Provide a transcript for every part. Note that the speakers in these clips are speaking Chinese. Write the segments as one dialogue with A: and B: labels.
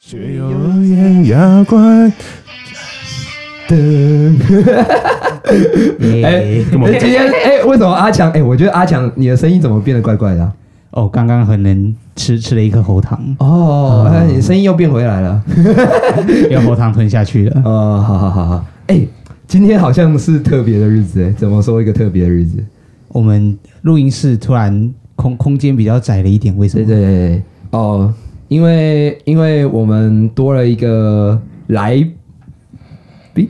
A: 只有我眼 牙关的。哎，哎今天哎，为什么阿强？哎，我觉得阿强，你的声音怎么变得怪怪的啊、
B: 哦，刚刚可能吃吃了一颗喉糖，
A: 哦，哎你声音又变回来了。
B: 用喉糖吞下去了。
A: 哦，好好好好。哎，今天好像是特别的日子哎，怎么说一个特别的日子？
B: 我们录音室突然空空间比较窄了一点，为什
A: 对
B: 么？
A: 对对对，哦，因为因为我们多了一个来宾，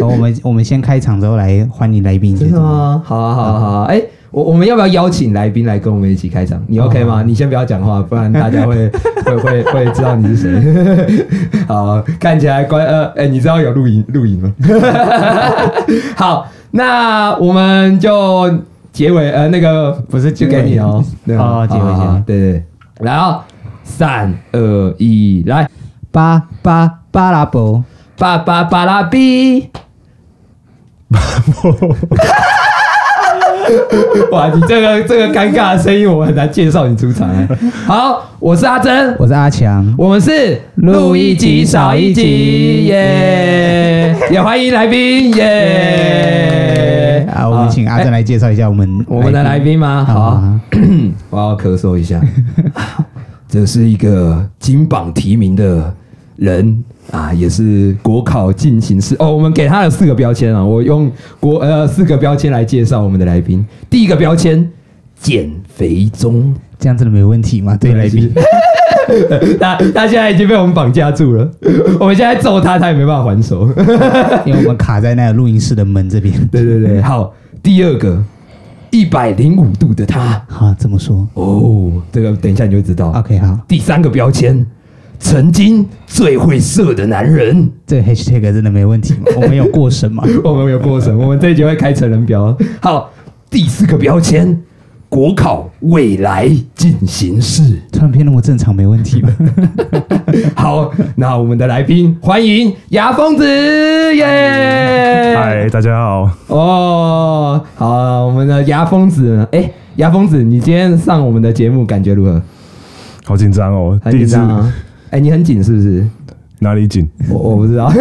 B: 好我们我们先开场之后来欢迎来宾。
A: 真的？吗？好啊好啊好啊，哎、我我们要不要邀请来宾来跟我们一起开场？你 OK
B: 啊
A: 吗？你先不要讲话，不然大家会 会会会知道你是谁。 好，看起来关呃，哎、你知道有录影录影吗？ 好，那我们就结尾呃那个
B: 不是结
A: 就给
B: 尾
A: 你哦，对啊
B: 哦结尾
A: 好好
B: 结
A: 好
B: 尾
A: 对对对，来哦，三二一，来，
B: 巴巴巴拉伯，
A: 巴巴巴拉比。 哇，你这个这个尴尬的声音，我很难介绍你出场哎。好，我是阿珍，
B: 我是阿强。
A: 我们是
B: 录一集少一集
A: 耶！也欢迎来宾耶！
B: 啊，我们请阿
A: 哎
B: 珍来介绍一下我们
A: 我们的来宾吗？好啊，
B: 啊，
A: 我要咳嗽一下。 这是一个金榜题名的人啊，也是国考进行式哦。我们给他的四个标签啊，我用国呃四个标签来介绍我们的来宾。第一个标签，减肥中。
B: 这样真的没问题吗？对来宾，
A: 他他现在已经被我们绑架住了， 我们现在揍他，他也没办法还手。
B: 因为我们卡在那个录音室的门这边。
A: 对对对，好，第二个，一百零五度的他
B: 好，这么说
A: 哦，这个等一下你就知道。
B: ，OK，好，
A: 第三个标签，曾经最会射的男人。
B: 这个 hashtag 真的没问题吗？我 们有过审吗？
A: 我们没有过审，我们这一集会开成人表。好，第四个标签，国考未来进行式。
B: 突然变那么正常，没问题吗？
A: 好，那我们的来宾欢迎牙疯子耶！
C: 嗨，大家好。
A: 哦，好啊，我们的牙疯子，哎、牙疯子，你今天上我们的节目感觉如何？
C: 好紧张哦，
A: 很
C: 第一
A: 紧
C: 次
A: 张啊？哎、你很紧是不是？
C: 哪里紧？
A: 我我不知道。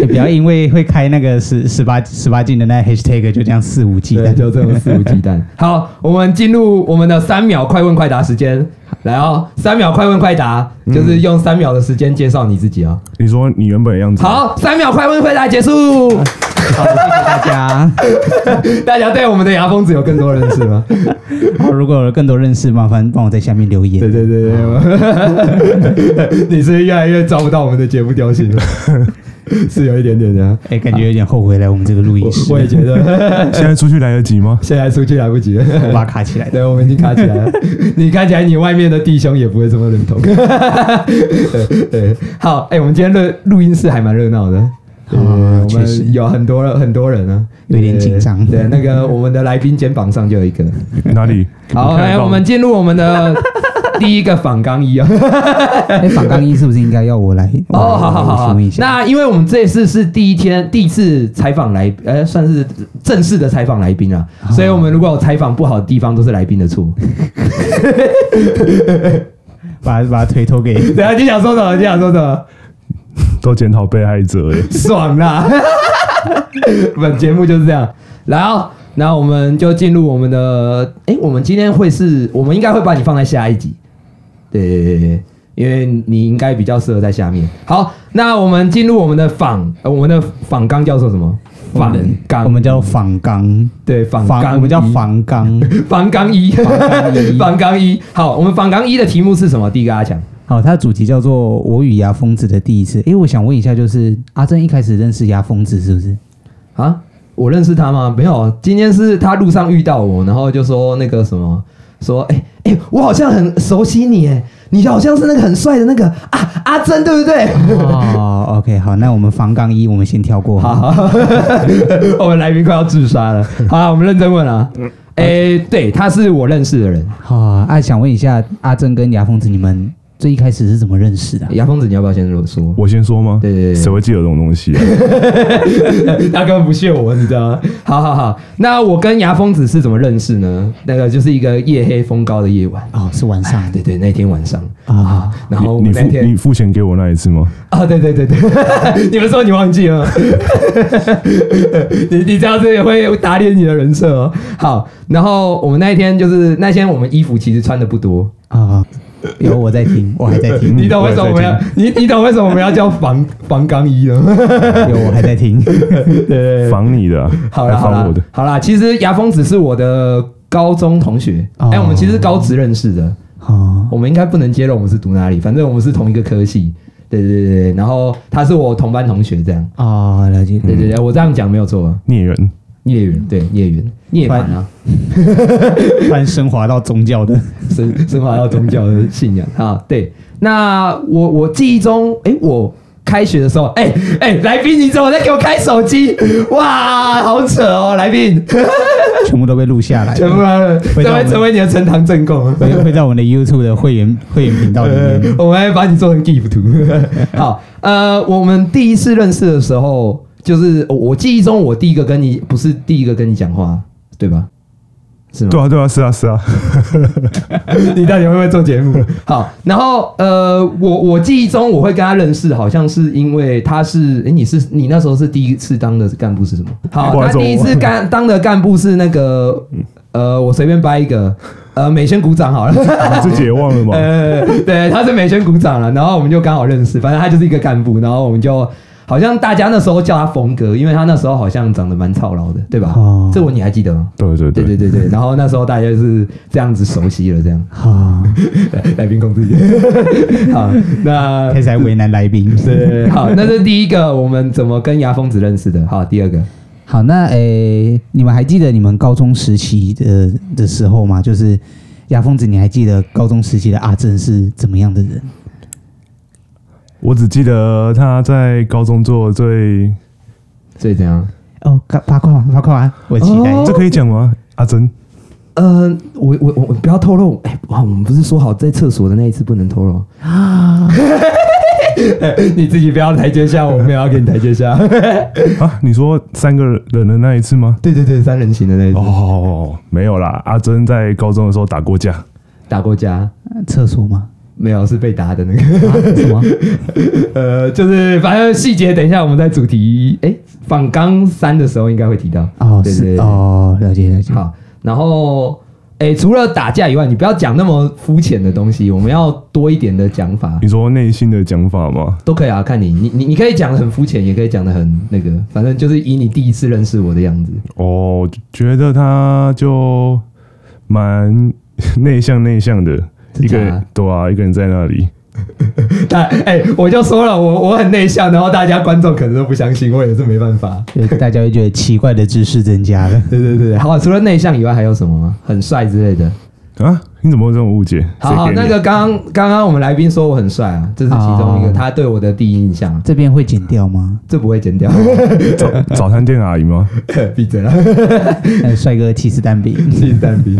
B: 也不要因为会开那个十十八十八禁的那 hashtag 就这样肆无忌
A: 对，
B: 惮。
A: 就这么肆无忌惮。 好，我们进入我们的三秒快问快答时间，来哦，三秒快问快答，就是用三秒的时间介绍你自己哦。
C: 你说你原本的样子？，
A: 好，三秒快问快答结束。
B: 好，谢谢大家。
A: 大家对我们的牙疯子有更多认识吗？
B: 好，如果有更多认识，麻烦帮我在下面留言。
A: 对对对对， 你是越来越抓不到我们的节目调性 了，是有一点点的。啊
B: 哎、感觉有点后悔来我们这个录音室，
A: 我我也觉得，
C: 现在出去来得 及吗？
A: 现在出去来不及了。
B: 我把它卡起来的。
A: 对，我们已经卡起来了。你看起来你外面的弟兄也不会这么认同。 对对，好，哎、我们今天录录音室还蛮热闹的。对
B: 啊
A: 我
B: 确实
A: 们有很多人，很多人啊，
B: 有点
A: 对
B: 紧张
A: 对，那个我们的来宾肩膀上就有一个。
C: 哪里？
A: 好，
C: 你看得
A: 来，
C: 到
A: 我们进入我们的第一个访纲一啊。
B: 哎、反刚一是不是应该要我来？
A: 哦，好好
B: 我
A: 好
B: 来
A: 好
B: 询问一。下
A: 那因为我们这次是第一天，第一次采访来，呃，算是正式的采访来宾啊，所以我们如果有采访不好的地方，都是来宾的错。
B: 把把推脱给
A: 等一下你啊想说什么？你想说什么？
C: 都检讨被害者哎。
A: 爽啦！ 本节目就是这样，来哦，那我们就进入我们的，哎、我们今天会是，我们应该会把你放在下一集，对对对对，因为你应该比较适合在下面。好，那我们进入我们的访，呃我们的访纲叫做什么？
B: 我
A: 访
B: 们
A: 纲，
B: 我们叫反刚，
A: 对访
B: 反
A: 纲，
B: 我们叫反刚。
A: 访纲一，
B: 一
A: 访纲一。好，我们访纲一的题目是什么？第一个阿强，
B: 好，它的主题叫做《我与牙疯子的第一次》。哎、我想问一下，就是阿珍一开始认识牙疯子是不是？
A: 啊，我认识他吗？没有，今天是他路上遇到我，然后就说那个什么，说哎哎、欸我好像很熟悉你哎，你好像是那个很帅的那个啊阿珍对不对？
B: 哦，OK，好，那我们防刚一我们先跳过。
A: 好，好我们来宾快要自杀了。好了，我们认真问啊，
C: 嗯
A: 哎、对，他是我认识的人。
B: 好，啊，想问一下阿珍跟牙疯子，你们最一开始是怎么认识的啊、
A: 牙疯子，你要不要先说说？
C: 我先说吗？
A: 对对对对
C: 谁会记得这种 东西啊？
A: 他根本不屑我，你知道吗？好好好，那我跟牙疯子是怎么认识呢？那个就是一个夜黑风高的夜晚，
B: 哦，是晚上
A: 对对，那天晚上
B: 啊，
A: 然后我
C: 你
A: 们
C: 你
A: 那
C: 付你
A: 天
C: 付钱给我那一次吗？
A: 啊，对对对对， 你们说你忘记了吗，你你这样子也会打脸你的人设哦。好，然后我们那一天就是那天我们衣服其实穿的不多，
B: 啊，有我在听，我还在
C: 嗯
B: 听，
A: 你懂为什么我们要你你懂为什么我们要叫 防防肛衣了吗？
B: 有我还在听，
A: 对，
C: 防你的啊，
A: 呃好
C: 还
A: 啦好
C: 防
A: 啦
C: 我的。
A: 好啦，其实牙峰只是我的高中同学，哎、
B: 哦
A: 我们其实是高职认识的，
B: 哦，
A: 我们应该不能揭露我们是读哪里，反正我们是同一个科系。对对对对，然后他是我同班同学，这样。
B: 哦，了解，
A: 对对
C: 嗯
A: 对，我这样讲没有错吧？
C: 孽缘，
A: 孽缘，对孽缘，涅槃啊，
B: 突然升华到宗教的，
A: 升升华到宗教的信仰啊。对，那我我记忆中，哎、我开学的时候，哎、哎、来宾，你怎么在给我开手机？哇，好扯哦，来 宾，
B: 全部都被录下来，
A: 全部来了，
B: 回到
A: 这
B: 我
A: 会
B: 们
A: 成为你的呈堂证供。
B: 会会在我们的 YouTube 的会员会员频道里
A: 呃
B: 面。，
A: 我们还把你做成 GIF 图。好，呃，我们第一次认识的时候，就是我我记忆中，我第一个跟你不是第一个跟你讲话，对吧？是吗？
C: 对啊对啊是啊是 啊，
A: 你到底会不会做节目？好，然后呃，我我记忆中我会跟他认识，好像是因为他是，诶，你是你那时候是第一次当的干部是什么？好，
C: 不好
A: 他
C: 意思
A: 第一次干当的干部是那个，呃，我随便掰一个，呃，美宣鼓掌好了。
C: 你自己也忘了吗？
A: 呃，对，他是美宣股长了，然后我们就刚好认识，反正他就是一个干部，然后我们就好像大家那时候叫他峰哥，因为他那时候好像长得蛮操劳的，对吧？
B: 哦
A: 这我你还记得吗？
C: 对对
A: 对
C: 对
A: 对对对，然后那时候大家就是这样子熟悉了，这样
B: 啊，
A: 来宾控制。 好，那
B: 开始在为难来宾。
A: 对，好，那是第一个我们怎么跟牙峰子认识的。好，第二个，
B: 好，那诶、你们还记得你们高中时期的的时候吗？就是牙疯子，你还记得高中时期的阿正是怎么样的人？
C: 我只记得他在高中做的最，
A: 所以怎样？
B: 哦，八八卦八卦啊，我期待。
A: 哦
C: 这可以讲吗？阿珍，
A: 呃，我我我我不要透露，哎、哇，我们不是说好在厕所的那一次不能透露 啊？你自己不要台阶下，我没有要给你台阶下。
C: 啊，你说三个人的那一次吗？
A: 对对对，三人行的那一次、
C: 哦，没有啦，阿珍在高中的时候打过架，
A: 打过架，
B: 厕所吗？
A: 没有是被打的那个。
B: 啊，什么？
A: 呃，就是反正细节，等一下我们在主题哎访纲三的时候应该会提到。
B: 哦，
A: 对对
B: 是
A: 对
B: 哦，了解了解。
A: 好，然后哎、除了打架以外，你不要讲那么肤浅的东西，我们要多一点的讲法。
C: 你说内心的讲法吗？
A: 都可以啊，看你，你你你可以讲的很肤浅，也可以讲的很那个，反正就是以你第一次认识我的样子。
C: 哦，觉得他就蛮 内向内向的，
A: 真
C: 一个
A: 假
C: 人对啊，一个人在那里。
A: 但哎、我就说了，我我很内向，然后大家观众可能都不相信，我也是没办法。
B: 就大家会觉得奇怪的知识增加了。
A: 对对对，好，除了内向以外还有什么吗？很帅之类的。
C: 啊？你怎么会这么误解？
A: 好好，
C: 谁给
A: 那
C: 你
A: 个刚刚刚刚我们来宾说我很帅啊，这是其中一个
B: 哦
A: 他对我的第一印象，
B: 这边会剪掉吗？
A: 这不会剪掉，
C: 早 早餐店阿姨吗？
A: 闭嘴了，
B: 呃，帅哥起司蛋 饼。
A: 是蛋兵。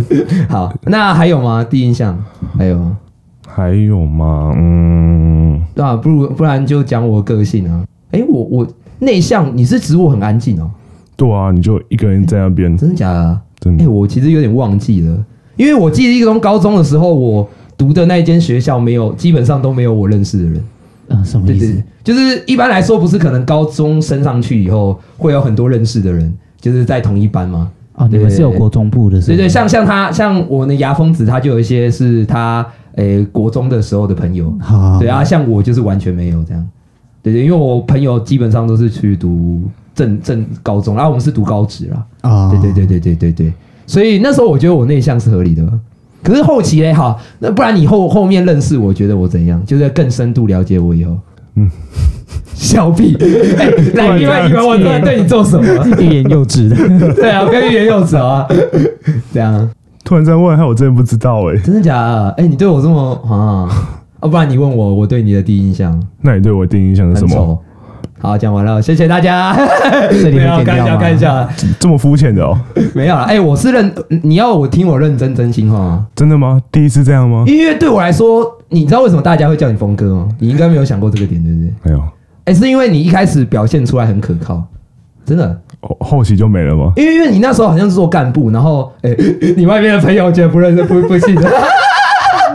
A: 好，那还有吗？第一印象还有吗
C: 还有吗？嗯，
A: 对啊，不如不然就讲我个性啊。哎、我我内向，你是指我很安静哦？
C: 对啊，你就一个人在那边，
A: 真的假的啊、
C: 真
A: 哎、
C: 的。
A: 我其实有点忘记了，因为我记得中高中的时候，我读的那间学校没有，基本上都没有我认识的人。
B: 啊，什么
A: 对
B: 意
A: 对
B: 思？，
A: 就是一般来说，不是可能高中升上去以后会有很多认识的人，就是在同一班吗？
B: 哦，你
A: 对
B: 们
A: 对
B: 是有
A: 对
B: 国中部的，是
A: 对
B: 吗
A: 对，像像他，像我的牙峰子，他就有一些是他诶、国中的时候的朋友，
B: 哦好，
A: 对啊，像我就是完全没有这样，对对，因为我朋友基本上都是去读正正高中，然、啊后我们是读高职啦，
B: 啊，
A: 对对对对对对对，所以那时候我觉得我内向是合理的。可是后期嘞，好，那不然你后后面认识，我觉得我怎样，就是更深度了解我以后，嗯
C: 嗯，
A: 小屁，哎、来，你们以为我真的对你做什么？
B: 对， 欲言又止的。
A: 对啊，我跟欲言又止啊，这样，
C: 突然在问，害我真的不知道哎、
A: 真的假的？哎、你对我这么啊，啊，不然你问我，我对你的第一印象
C: 那你对我的第一印象是
A: 很
C: 什么？
A: 丑好，讲完了，谢谢大家。
B: 这里
A: 没
B: 会剪
A: 有，看一
B: 掉
A: 下，
B: 吗？
A: 看一下，
C: 这么肤浅的哦，
A: 没有了。哎、我是认，你要我听我认真真心话吗？
C: 真的吗？第一次这样吗？
A: 因为对我来说，你知道为什么大家会叫你峰哥吗？你应该没有想过这个点，对不对？
C: 没有，
A: 哎、是因为你一开始表现出来很可靠，真的。
C: 后后期就没了吗？
A: 因为因为你那时候好像是做干部，然后哎、 你外面的朋友全不认识，不不信的。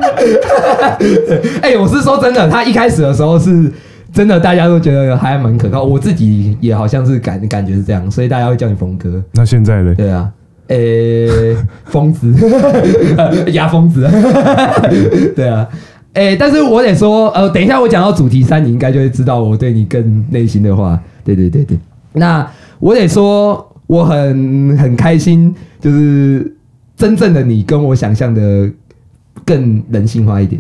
A: 哎、我是说真的，他一开始的时候是真的，大家都觉得还蛮可靠，我自己也好像是感感觉是这样，所以大家会叫你峰哥。
C: 那现在嘞？
A: 对啊，呃、 疯子，牙疯子， 对啊，哎、但是我得说，呃，等一下我讲到主题三，你应该就会知道我对你更内心的话。对对对对，那我得说，我很很开心，就是真正的你跟我想象的更人性化一点。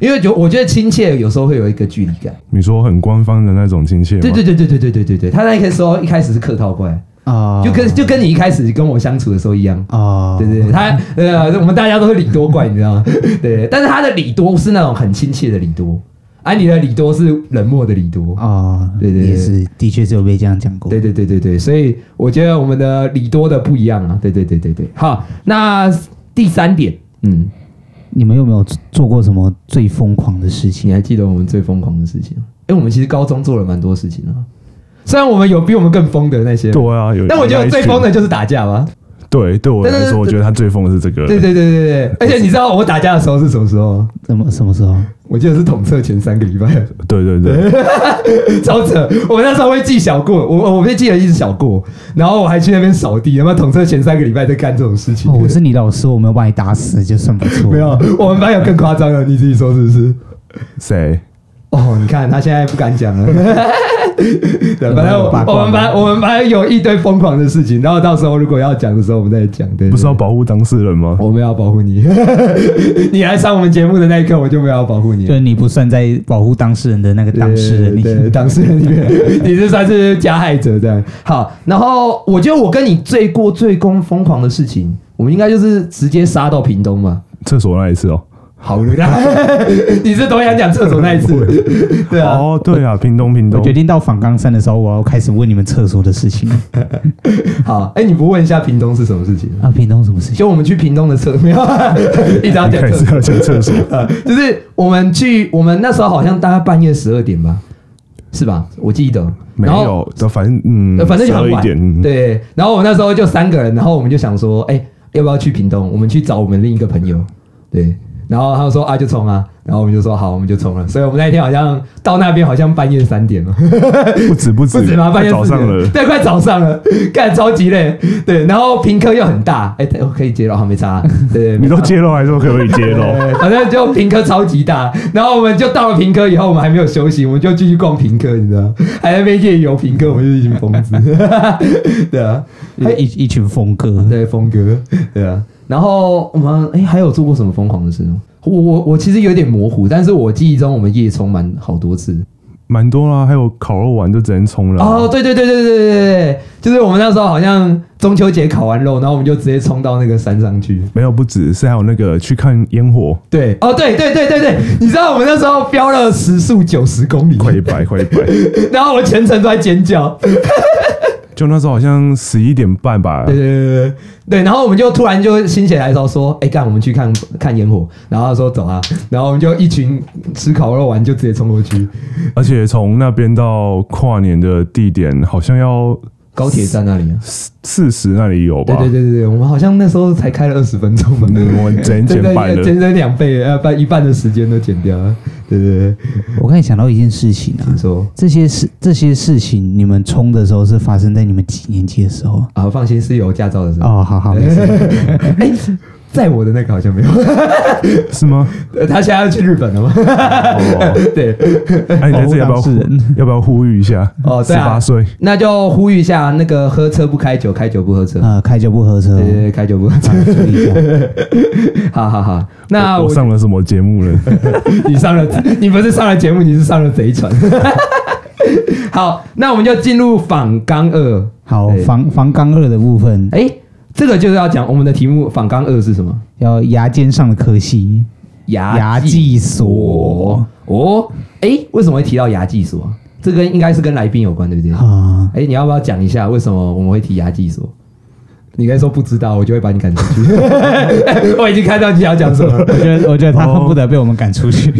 A: 因为就我觉得亲切有时候会有一个距离感，
C: 你说很官方的那种亲切吗？
A: 对对对对对对对对对，他那个时候一开始是客套怪，
B: 啊，
A: 就跟就跟你一开始跟我相处的时候一样，
B: 啊，
A: 对对对，他呃，我们大家都是礼多怪，你知道吗？ 对，但是他的礼多是那种很亲切的礼多，而、你的礼多是冷漠的礼多。
B: 啊，
A: 对对对
B: 也是，的确是有被这样讲过。
A: 对对对对对，所以我觉得我们的礼多的不一样啊。对对对对对，好，那第三点，嗯，
B: 你们有没有做过什么最疯狂的事
A: 你
B: 情？
A: 还记得我们最疯狂的事情吗？哎、我们其实高中做了蛮多事情啊，虽然我们有比我们更疯的那些，
C: 对啊，有。
A: 但我觉得
C: 有那一
A: 最
C: 群
A: 疯的，就是打架吧。
C: 对，对我
A: 对对
C: 来
A: 对
C: 说，我觉得他最疯的是这个。
A: 对对对对对，而且你知道我打架的时候是什么时候吗？
B: 什么什么时候？
A: 我记得是统测前三个礼拜。
C: 对对 对，
A: 超扯！哦我那时候会记小过，我我被记了一直小过，然后我还去那边扫地，有没有统测前三个礼拜在干这种事情？
B: 哦，我是你老师，我没有把你打死，就算不错。
A: 没有，我们班有更夸张的，你自己说是不是？
C: 谁？
A: 哦，你看他现在不敢讲了。对，反正我
B: 八卦
A: 我们班我们班有一堆疯狂的事情，然后到时候如果要讲的时候，我们再讲。对，对
C: 不是要保护当事人吗？
A: 我们要保护你， 你来上我们节目的那一刻，我就没有要保护你了
B: 就。是你不算在保护当事人的那个当事人里
A: 对对
B: 面。
A: 当事人里面， 你是算是加害者这样。好，然后我觉得我跟你最过最疯疯狂的事情，我们应该就是直接杀到屏东嘛。
C: 厕所那一次哦。
A: 好了， 你是都想讲厕所那一次？ 对啊，
C: 哦，对啊，屏东屏
B: 我
C: 东
B: 决。定到访冈山的时候，我要开始问你们厕所的事情了
A: 好，哎，你不问一下屏东是什么事情？
B: 啊，屏东什么事情？
A: 就我们去屏东的厕没有， 一直要
C: 你
A: 讲
C: 开
A: 厕
C: 始
A: 所
C: 要讲厕所，
A: 呃就是我们去，我们那时候好像大概半夜十二点吧，是吧？我记得。
C: 没
A: 然后
C: 有，的反正嗯
A: 呃，，反正就很
C: 12一
A: 晚，
C: 点，嗯，
A: 对。然后我们那时候就三个人，然后我们就想说，哎、要不要去屏东？我们去找我们另一个朋友，对。然后他们说啊，就冲啊，然后我们就说好，我们就冲了。所以我们那一天好像到那边好像半夜三 点了，
C: 不止不止，
A: 不止吗？半夜
C: 早
A: 四
C: 上
A: 点
C: 了，
A: 对，快早上了，干超级累，对。然后平科又很大，哎、我可以接了，好没差、啊对，
C: 你都揭露还是可不可以揭 露？
A: 对 反正就平科超级大，然后我们就到了平科以后，我们还没有休息，我们就继续逛平科，你知道吗，还在那边夜游平科，我们就一群疯子， 对啊，
B: 就是一一群疯哥。
A: 对，峰哥， 对啊。然后我们哎、还有做过什么疯狂的事吗？我我我其实有点模糊，但是我记忆中我们夜冲蛮好多次。
C: 蛮多啦，还有烤肉丸就只能冲了啊。
A: 哦，对对对对对对对对，就是我们那时候好像中秋节烤完肉，然后我们就直接冲到那个山上去。
C: 没有，不止是还有那个去看烟火，
A: 对，哦，对对对对对，你知道我们那时候飙了时速九十公里，
C: 快一百，快一百。
A: 然后我全程都在尖叫。
C: 就那时候好像十一点半吧
A: 对，对对对对对，然后我们就突然就心血来潮说，哎、干，我们去看看烟火。然后他说走啊，然后我们就一群吃烤肉完就直接冲过去。
C: 而且从那边到跨年的地点好像要
A: 高铁站那里啊。
C: 四十那里有吧？
A: 对对对对对，我们好像那时候才开了二十分钟吧，
C: 嗯，我们整减
A: 整
C: 半
A: 整
C: 了。
A: 整两倍，呃，半一半的时间都减掉了。对对对，
B: 我刚才想到一件事情啊
A: 你，说
B: 这些事这些事情，你们冲的时候是发生在你们几年级的时候啊？
A: 啊，放心是有驾照的时候，
B: 哦，好好，没事。
A: 哎、在我的那个好像没有，
C: 是吗？
A: 呃他现在要去日本了 吗？
C: 哦，
A: 对，
C: 哎，你在这里要 不
B: 保护当
C: 要
B: 事
C: 呼
B: 人
C: 要不要呼吁一下？
A: 哦
C: 十
A: 对啊
C: 八岁，
A: 那就呼吁一下，那个喝车不开酒，开酒不喝车。
B: 呃，开酒不喝车
A: 对对
B: 哦，
A: 对，开酒不喝车。
B: 啊注意一下。
A: 好好好，那
C: 我
A: 我
C: 我上了什么节目了？
A: 你上了，你不是上了节目，你是上了贼船。 好，那我们就进入访纲二。
B: 好
A: 对，
B: 防防肛二的部分
A: 哎、这个就是要讲我们的题目，反纲二是什么？
B: 要牙尖上的科系，
A: 牙
B: 牙技所。
A: 哦，哎、为什么会提到牙技所啊？这跟应该是跟来宾有关，对不对？
B: 啊，
A: 哎、你要不要讲一下为什么我们会提牙技所？你可以说不知道，我就会把你赶出 去。我已经看到你要讲什么了。
B: 我 觉得我觉得他恨不得被我们赶出
A: 哦
B: 去。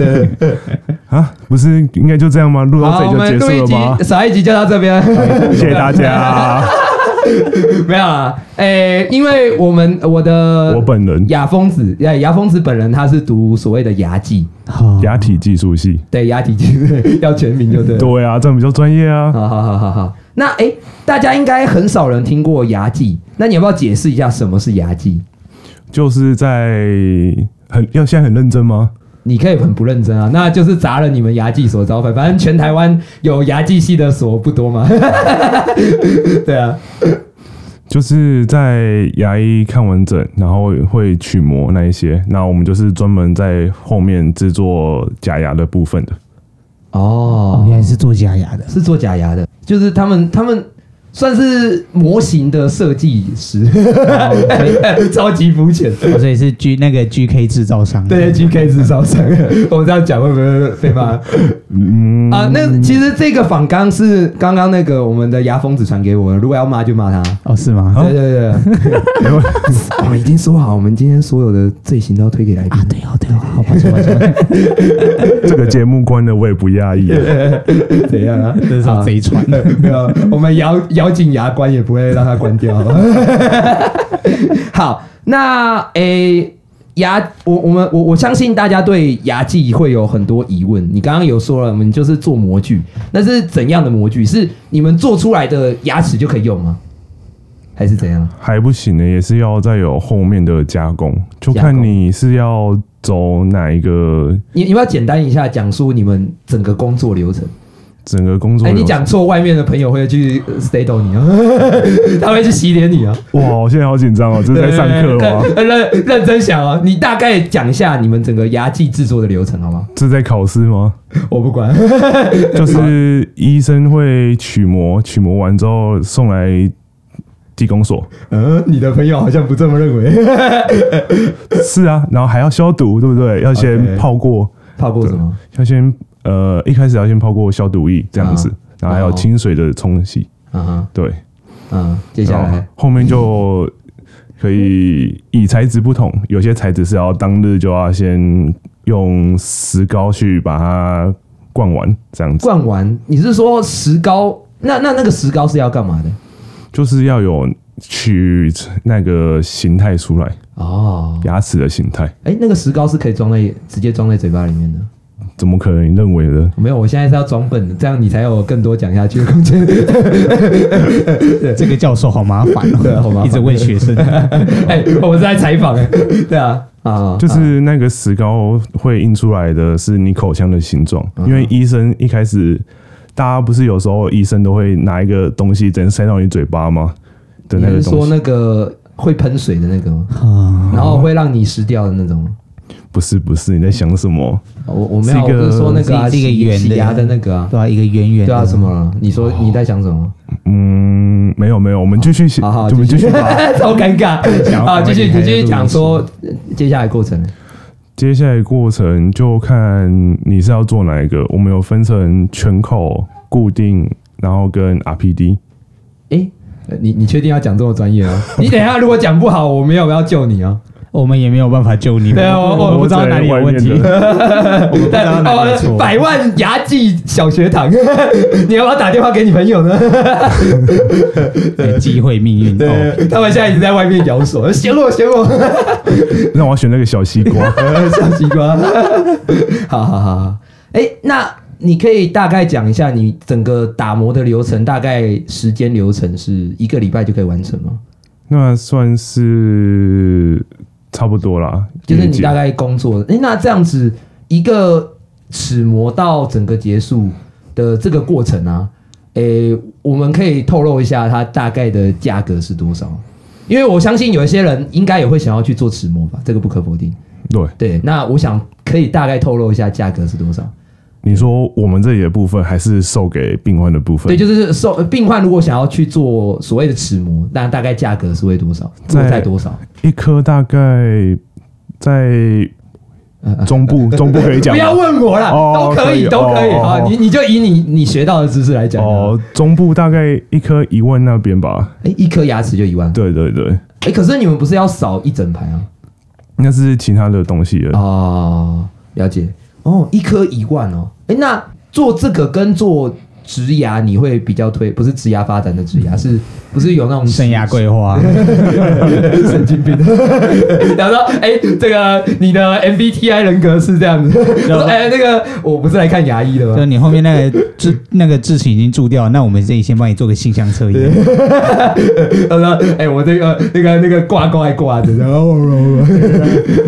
C: 啊，不是应该就这样吗？录到
A: 好，
C: 这
A: 我们
C: 里就
A: 录
C: 结
A: 一
C: 束了
A: 集
C: 吗，？
A: 少一集就到这边。
C: 谢谢大家，
A: 没有啦，诶、因为我们我的
C: 我 本人
A: 牙疯子，哎，牙疯子本人他是读所谓的牙技，
B: 好，
C: 牙体技术系。
A: 对，牙体技 要全名就对了。
C: 对啊，这样比较专业啊。
A: 好好好好好，那诶、大家应该很少人听过牙技，那你要不要解释一下什么是牙技？
C: 就是在很要现在很认真吗？
A: 你可以很不认真啊，那就是砸了你们牙技所招牌。反正全台湾有牙技系的所不多嘛。 对啊，
C: 就是在牙医看完诊，然后会取模那一些，那我们就是专门在后面制作假牙的部分的。
A: 哦
B: 哦，原来是做假牙的。
A: 是做假牙的，就是他们他们算是模型的设计师， 超级肤浅。
B: 哦所以是 G 那个 GK 制造商，
A: 对 GK 制造商，我们这样讲会不会被骂啊、
C: 嗯，
A: 那其实这个仿纲是刚刚那个我们的牙疯子传给我的，如果要骂就骂他。
B: 哦是吗？
A: 对对对， 我们已经说好，我们今天所有的罪行都要推给来宾
B: 啊，。对哦对哦，好抱歉抱歉，
C: 这个节目关了我也不压抑、啊。
A: 怎样啊？
B: 这是
A: 好
B: 艘贼船。
A: 没有，我们咬咬紧牙关也不会让它关掉。 好，那诶、牙，我我们我我相信大家对牙技会有很多疑问。你刚刚有说了，我们就是做模具，那是怎样的模具？是你们做出来的牙齿就可以用吗？还是怎样？
C: 还不行呢，也是要再有后面的加工，就
A: 加
C: 看
A: 工
C: 你是要走哪一个
A: 你你要不要简单一下讲述你们整个工作流程。
C: 整个工作
A: 哎、
C: 流程。
A: 你讲错，外面的朋友会去呃 stay 到 你啊，他会去洗脸你啊。
C: 哇，我现在好紧张哦，这是
A: 哎
C: 在上课吗？
A: 认呃认认真想哦，你大概讲一下你们整个牙技制作的流程好吗？
C: 这是在考试吗？
A: 我不管，
C: 就是医生会取模，取模完之后送来地公所。
A: 嗯，你的朋友好像不这么认 为。
C: 是啊，然后还要消毒，对不对？要先
A: OK
C: 泡过
A: 泡过什么？
C: 要先呃，一开始要先泡过消毒液这样子，
A: 啊
C: 然后还有
A: 哦
C: 清水的冲洗，
A: 嗯哼，
C: 对，
A: 嗯，接下
C: 然后
A: 来，
C: 后面就可以以材质不同，有些材质是要当日就要先用石膏去把它灌完，这样子
A: 灌完，你是说石膏？那那那个石膏是要干嘛的？
C: 就是要有取那个形态出来，
A: 哦，
C: 牙齿的形态，
A: 哎、那个石膏是可以装在直接装在嘴巴里面的。
C: 怎么可能你认为的？
A: 没有，我现在是要装笨的，这样你才有更多讲下去的空间。
B: 这个教授好麻烦哦，
A: 对好麻烦
B: 一直问学 生。
A: 哎、我们是在采访，哎， 对啊，啊，
C: 就是那个石膏会印出来的是你口腔的形状，
A: 嗯
C: 因为医生一开始，大家不是有时候医生都会拿一个东西直接塞到你嘴巴吗？的
A: 你
C: 那个
A: 是
C: 东
A: 说
C: 西
A: 那个哦会喷水的那个吗？
B: 啊，
A: 然后会让你湿掉的那种吗？
C: 不是不是，你在想什么？
A: 我我没有，
C: 是
A: 我
C: 一个
A: 是说那个啊
B: 是一个
A: 洗
B: 圆的
A: 洗牙的那个啊，
B: 对哦啊，一个圆圆的
A: 对啊，什么了？你说你在想什么？
C: 嗯，没有没有，我们继续写，
A: 啊好好
C: 我们继 续吧。
A: 超尴尬
B: 想要
A: 啊！继续
B: 赶快
A: 你继
B: 离
A: 续
B: 开
A: 讲说呃接下来过程。
C: 接下来过程就看你是要做哪一个，我们有分成全口固定，然后跟 RPD。
A: 诶，呃你你确定要讲这么专 业啊？你等一下如果讲不好，我没有要救你啊！
B: 我们也没有办法救你。
A: 对啊我我
B: 不知道
C: 在
B: 哪里有
C: 外
B: 问
C: 面
B: 题，我
C: 的
B: 们不知道哪里有
A: 哦
B: 错。
A: 百万牙技小学堂， 你要不要打电话给你朋友呢？
B: 对机会命运哦，
A: 对，他们现在一直在外面摇手，选我选我。
C: 让我选那个小西瓜。
A: 小西瓜。 好好好好，哎、那你可以大概讲一下你整个打磨的流程，大概时间流程是一个礼拜就可以完成吗？
C: 那算是差不多啦，
A: 就是
C: 月
A: 你
C: 结
A: 大概工作，哎、那这样子一个齿模到整个结束的这个过程啊，诶、我们可以透露一下它大概的价格是多少？因为我相信有一些人应该也会想要去做齿模吧，这个不可否定。
C: 对
A: 对，那我想可以大概透露一下价格是多少？
C: 你说我们这里的部分还是售给病患的部分？
A: 对，就是受呃病患如果想要去做所谓的齿模，那大概价格是会多少？
C: 在
A: 落在多少？
C: 一颗大概在中部中部可以讲
A: 呃不
C: 吗，
A: 要问我啦，
C: 哦
A: 都可以，
C: 可以
A: 都可以
C: 哦
A: 啊。
C: 哦
A: 你你就以你你学到的知识来讲。哦，
C: 哦，中部大概一颗一万那边吧。
A: 哎，一颗牙齿就一万。
C: 对对对，
A: 哎，可是你们不是要扫一整排啊？
C: 那是其他的东西了。
A: 哦，了解。哦，一颗一万哦。哎，那做这个跟做植牙，你会比较推？不是植牙发展的植牙，是不是有那种
B: 生涯规划，
A: 神经病？然后说，哎，这个你的 MBTI 人格是这样子。我 说，哎，那个我不是来看牙医的
B: 就
A: 吗？
B: 你后面那个志 那个志情已经注掉，那我们这里先帮你做个性向测验。
A: 他说，哎，我这个那个那个挂钩还挂着，然后。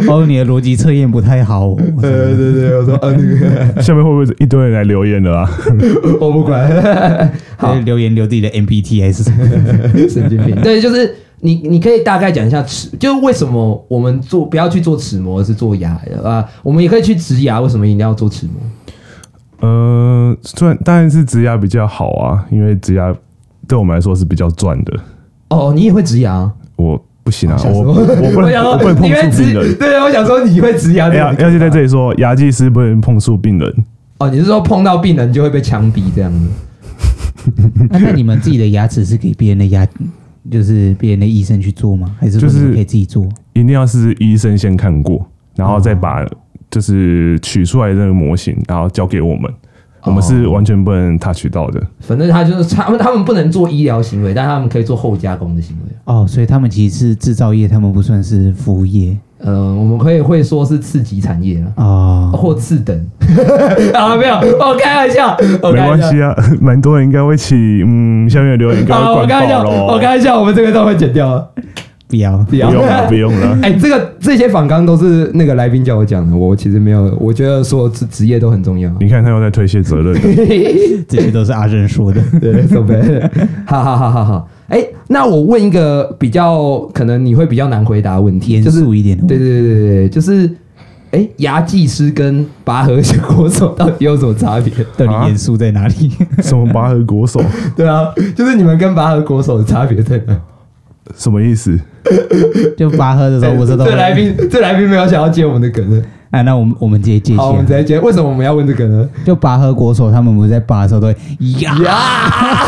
B: 哦，你的逻辑测验不太好哦，
A: 对对对，我说啊，那
C: 下面会不会一堆人来留言了啊？
A: 个我不 管，好
B: 所以留言留自己的 MBTI 是什 么？
A: 神经病。对，就是你，你可以大概讲一下齿，就是为什么我们做不要去做齿模，而是做牙啊？我们也可以去植牙，为什么一定要做齿模？
C: 呃，虽然当然是植牙比较好啊，因为植牙对我们来说是比较赚的。
A: 哦，你也会植牙？
C: 我不行啊，
A: 哦吓死
C: 我
A: 我
C: 我不
A: 想
C: 能
A: 说
C: 我不能碰
A: 你会
C: 触病
A: 植，
C: 人。
A: 对，我想说你会植牙，
C: 哎
A: 这
C: 呀，
A: 个
C: 要是在这里说，牙技师不能碰触病人。
A: 哦，你是说碰到病人就会被枪毙这样子？
B: 那那你们自己的牙齿是给别人的牙，就是别人的医生去做吗？还是说
C: 就是
B: 你们可以自己做？
C: 一定要是医生先看过，然后再
A: 嗯
C: 把就是取出来的那个模型，然后交给我们。
A: 哦
C: 我们是完全不能 touch 到的，
A: 反正他就是他们，他们不能做医疗行为，但他们可以做后加工的行为。啊
B: 哦，所以他们其实是制造业，他们不算是服务业
A: 呃，我们可以会说是次级产业啊，
B: 哦。
A: 或次等。 啊，没有，我开玩笑，我
C: 没
A: 开玩
C: 关
A: 笑。
C: 系啊， 蛮多人应该会起，嗯，下面的留言应该
A: 好，
C: 会
A: 我开
C: 灌
A: 玩笑，
C: 爆咯
A: 我开玩笑，我们这个都会剪掉了，
B: 不要
A: 不要
C: 不 用了，不。用了。
A: 哎、这个这些反纲都是那个来宾叫我讲的，我其实没有，我觉得所有职职业都很重要。
C: 你看他又在推卸责任了，
B: 这些都是阿珍说的。
A: 对，准备，好好好好好。哎、那我问一个比较可能你会比较难回答的问题，
B: 严
A: 就是
B: 肃一点的
A: 对
B: 问题
A: 对对对对，就是哎、牙技师跟拔河小国手到底有什么差别？
B: 到底
C: 啊
B: 严肃在哪里？
C: 什么拔河国手，
A: 对啊，就是你们跟拔河国手的差别在哪？
C: 什么 意思？
B: 就拔河的
C: 哦
B: 时候，我知道
A: 这来宾，这来宾没有想要接我们的梗的。
B: 哎，那我们我们直接借
A: 好，我们直
B: 鉴。
A: 接接。为什么我们要问这个 呢？
B: 就拔河国手，他们不是在拔的时候都会呀，
A: 呀！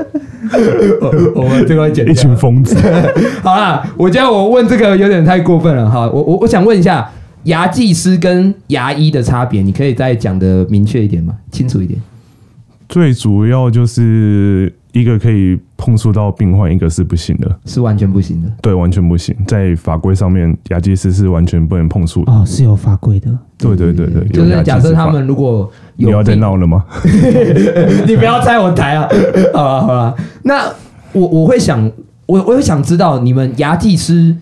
A: 我我们这个会剪
C: 一群
A: 掉。
C: 疯子。
A: 好啦，我觉得我问这个有点太过分了哈。我我我想问一下，牙技师跟牙医的差别，你可以再讲的明确一点吗？清楚一点。
C: 最主要就是一个可以碰触到病患，一个是不行的，
A: 是完全不行的。
C: 对，完全不行。在法规上面，牙技师是完全不能碰触的。
A: 嗯
B: 哦，是有法规的。
C: 对对对对，
A: 就
C: 有牙
A: 是
C: 技
A: 假设
C: 师
A: 他
C: 法
A: 们如果有
C: 你要再
A: 病
C: 闹了吗？
A: 你不要拆我台啊！ 好了好了，那我我会想，我我会想知道你们牙技师，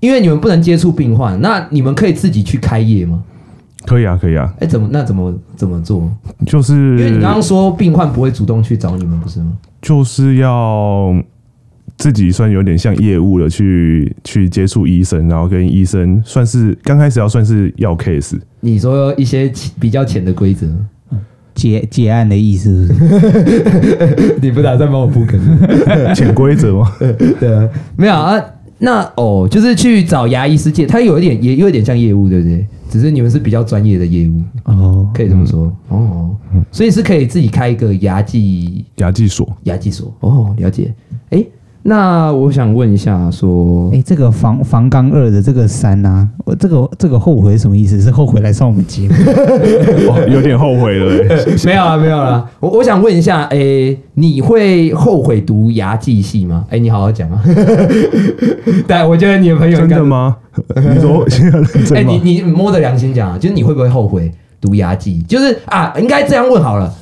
A: 因为你们不能接触病患，那你们可以自己去开业吗？
C: 可以啊，可以啊，
A: 哎、怎么那怎么怎么做？
C: 就
A: 因为你
C: 是
A: 刚刚说病患不会主动去找你们，不是吗？
C: 就是要自己算有点像业务的去去接触医生，然后跟医生算是刚开始要算是 要 case，
A: 你说一些浅比较浅的规则，
B: 结结案的意思是不是，
A: 你不打算帮我铺梗？
C: 潜规则吗？
A: 对啊， 没有啊。那哦，就是去找牙医师界，他有一点也有一点像业务，对不对？只是你们是比较专业的业务，
B: 哦，
A: 可以这么说、哦。所以是可以自己开一个牙技
C: 牙技所
A: 牙技所哦，了解。哎、那我想问一下说，
B: 哎，这个防防刚二的这个三啊，我这个这个后悔是什么意思？是后悔来上我们 节目？
C: 哦，有点后悔了、欸。
A: 没有啊，没有啦。 我我想问一下，哎、你会后悔读牙技系吗？哎、你好好 讲啊。对，我觉得你的朋友应
C: 真
A: 该
C: 的？吗？你说现在认
A: 哎、
C: 真吗？
A: 你你摸着良心讲啊，就是你会不会后悔读牙技？就是啊，应该这样问好了。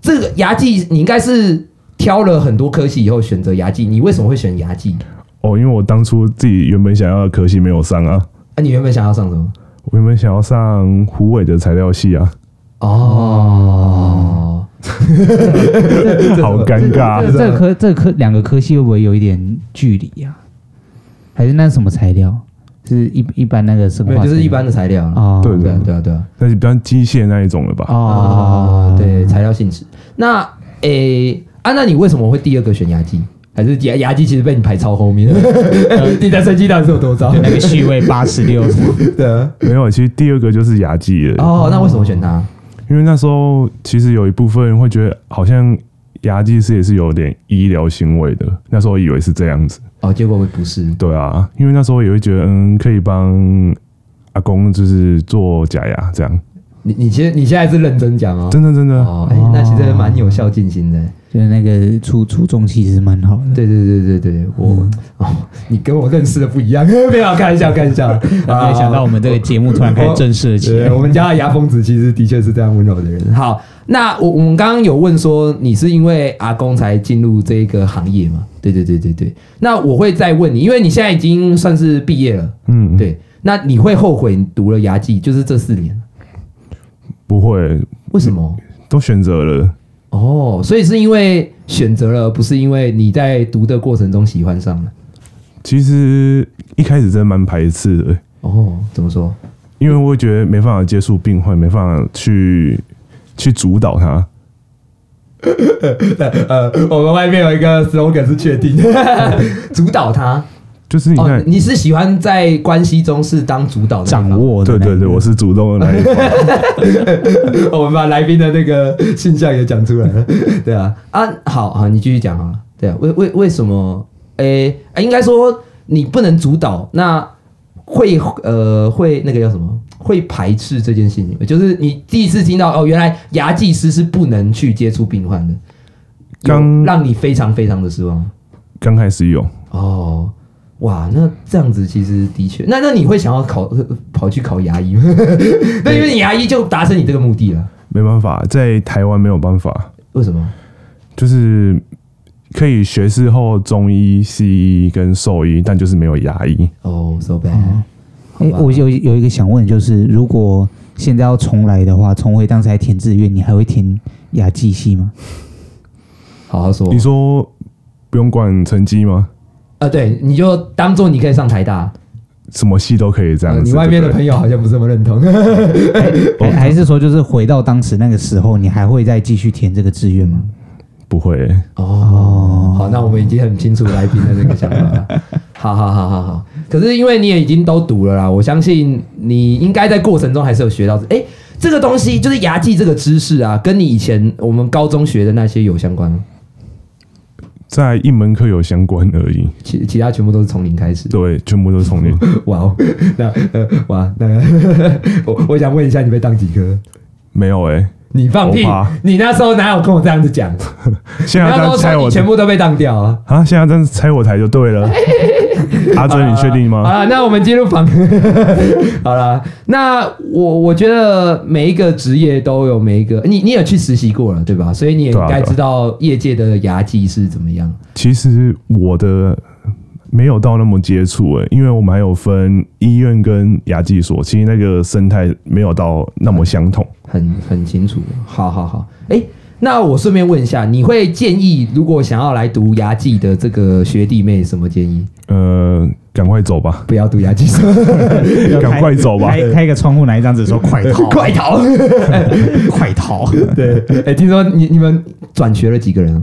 A: 这个牙技，你应该是挑了很多科系以后选择牙技，你为什么会选牙技？
C: 哦，因为我当初自己原本想要的科系没有上啊，
A: 啊，你原本想要上什么？
C: 我原本想要上虎尾的材料系啊，
A: 哦，
C: 好尴尬
B: 这。这个科这个科两个科系会不会有一点距离呀、还是那是什么材料？是一一般那个生
A: 没
B: 化材
A: 有，
B: 料？
A: 就是一般的材料啦
B: 哦，
C: 对
A: 对啊，对啊，对啊。啊
C: 那就比较机械那一种了吧？
B: 哦，
A: 对，材料性质。那诶、啊，那你为什么会第二个选牙技？还是牙牙机其实被你排超后面？第三生机到底是有多糟？
B: 那个序位八十六，
A: 对啊。
C: 没有，其实第二个就是牙技了，
A: 哦，那为什么选它？
C: 因为那时候其实有一部分会觉得好像牙技师也是有点医疗行为的，那时候以为是这样子。
A: 哦，结果不是。
C: 对啊，因为那时候也会觉得，嗯，可以帮阿公就是做假牙这样，
A: 你你其实你现在是认真讲哦。
C: 真的真的，
A: 哦，哎、那其实蛮有效进行的。
B: 就是那个初初衷其实蛮好的。
A: 对对对对对，我、哦，你跟我认识的不一样， 没有开玩笑，开玩笑。
B: 然后没想到我们这个节目突然开始正式了起
A: 对，
B: 来。
A: 啊我们家的牙峰子其实的确是这样温柔的人。好，那我我们刚刚有问说，你是因为阿公才进入这个行业吗？对对对对对。那我会再问你，因为你现在已经算是毕业了，
C: 嗯，，
A: 对。那你会后悔你读了牙技，就是这四年，
C: 不会
A: 为什么？
C: 都选择了，
A: 哦，所以是因为选择了，不是因为你在读的过程中喜欢上了。
C: 其实一开始真的蛮排斥的，
A: 哦，怎么说？
C: 因为我会觉得没办法接触病患，没办法去去主导他。
A: 呃， 我们外面有一个 slogan 是确定， 主导他。
C: 就是你看，
A: 哦，你是喜欢在关系中是当主导的那
B: 掌
A: 方、
B: 握的
C: 对
B: 那个
C: 对对，我是主动的那一方。
A: 哦我们把来宾的那个性向也讲出来了。 对啊，啊，好好，你继续讲好了。对啊，为为为什么？诶、啊应该说你不能主导，那会呃会那个叫什么？会排斥这件事情，就是你第一次听到哦，原来牙技师是不能去接触病患的，有
C: 刚
A: 让你非常非常的失望
C: 刚开始有，
A: 哦。哇，那这样子其实的确，那那你会想要考跑去考牙医吗？ 对，因为你牙医就达成你这个目的了。
C: 没办法，在台湾没有办法，
A: 为什么？
C: 就是可以学士后中医、西医跟兽医，但就是没有牙医。
A: 哦、s o bad、
C: 嗯
B: 哎、我有有一个想问，就是如果现在要重来的话，重回当时还填志愿，你还会填雅技系吗？
A: 好好说。
C: 你说不用管成绩吗？
A: 啊，对，你就当做你可以上台大。
C: 什么系都可以这样
A: 呃
C: 子。
A: 你外面的
C: 对不
A: 朋友好像不是这么认同。
B: 还还是说，就是回到当时那个时候，你还会再继续填这个志愿吗？
C: 对不会、
A: 哦，好，那我们已经很清楚来宾的这个想法了。 好好好好好，可是因为你也已经都读了啦，我相信你应该在过程中还是有学到。哎，这个东西就是牙技这个知识啊，跟你以前我们高中学的那些有相关吗？
C: 在一门课有相关而已。
A: 其其他全部都是从零开始。
C: 对，全部都是从 零。
A: 哇哦，那呃哇，那 个我我想问一下，你被当几科？
C: 没有哎、
A: 你放屁
C: 我怕！
A: 你那时候哪有跟我这样子 讲？
C: 现在
A: 那时
C: 这样
A: 候
C: 拆
A: 说
C: 我
A: 你全部都被当掉啊！
C: 啊！现在这样拆我台就 对了。阿珍，你确定
A: 好
C: 吗？
A: 了，啊那我们进入访。 好了，那我我觉得每一个职业都有每一个，你你有去实习过了对吧？所以你也
C: 对啊
A: 应该
C: 对啊
A: 知道业界的牙技是怎么样。
C: 其实我的没有到那么接触哎、因为我们还有分医院跟牙技所，其实那个生态没有到那么相同。
A: 很很清楚。好好好，哎、那我顺便问一下，你会建议如果想要来读牙技的这个学弟妹什么建议？
C: 呃，赶快走吧，
A: 不要读牙技师，
C: 赶快走吧。
B: 开开个窗户拿一张纸说快逃，
A: 快逃！
B: 快逃！
A: 对，哎、听说你你们转学了几个人啊？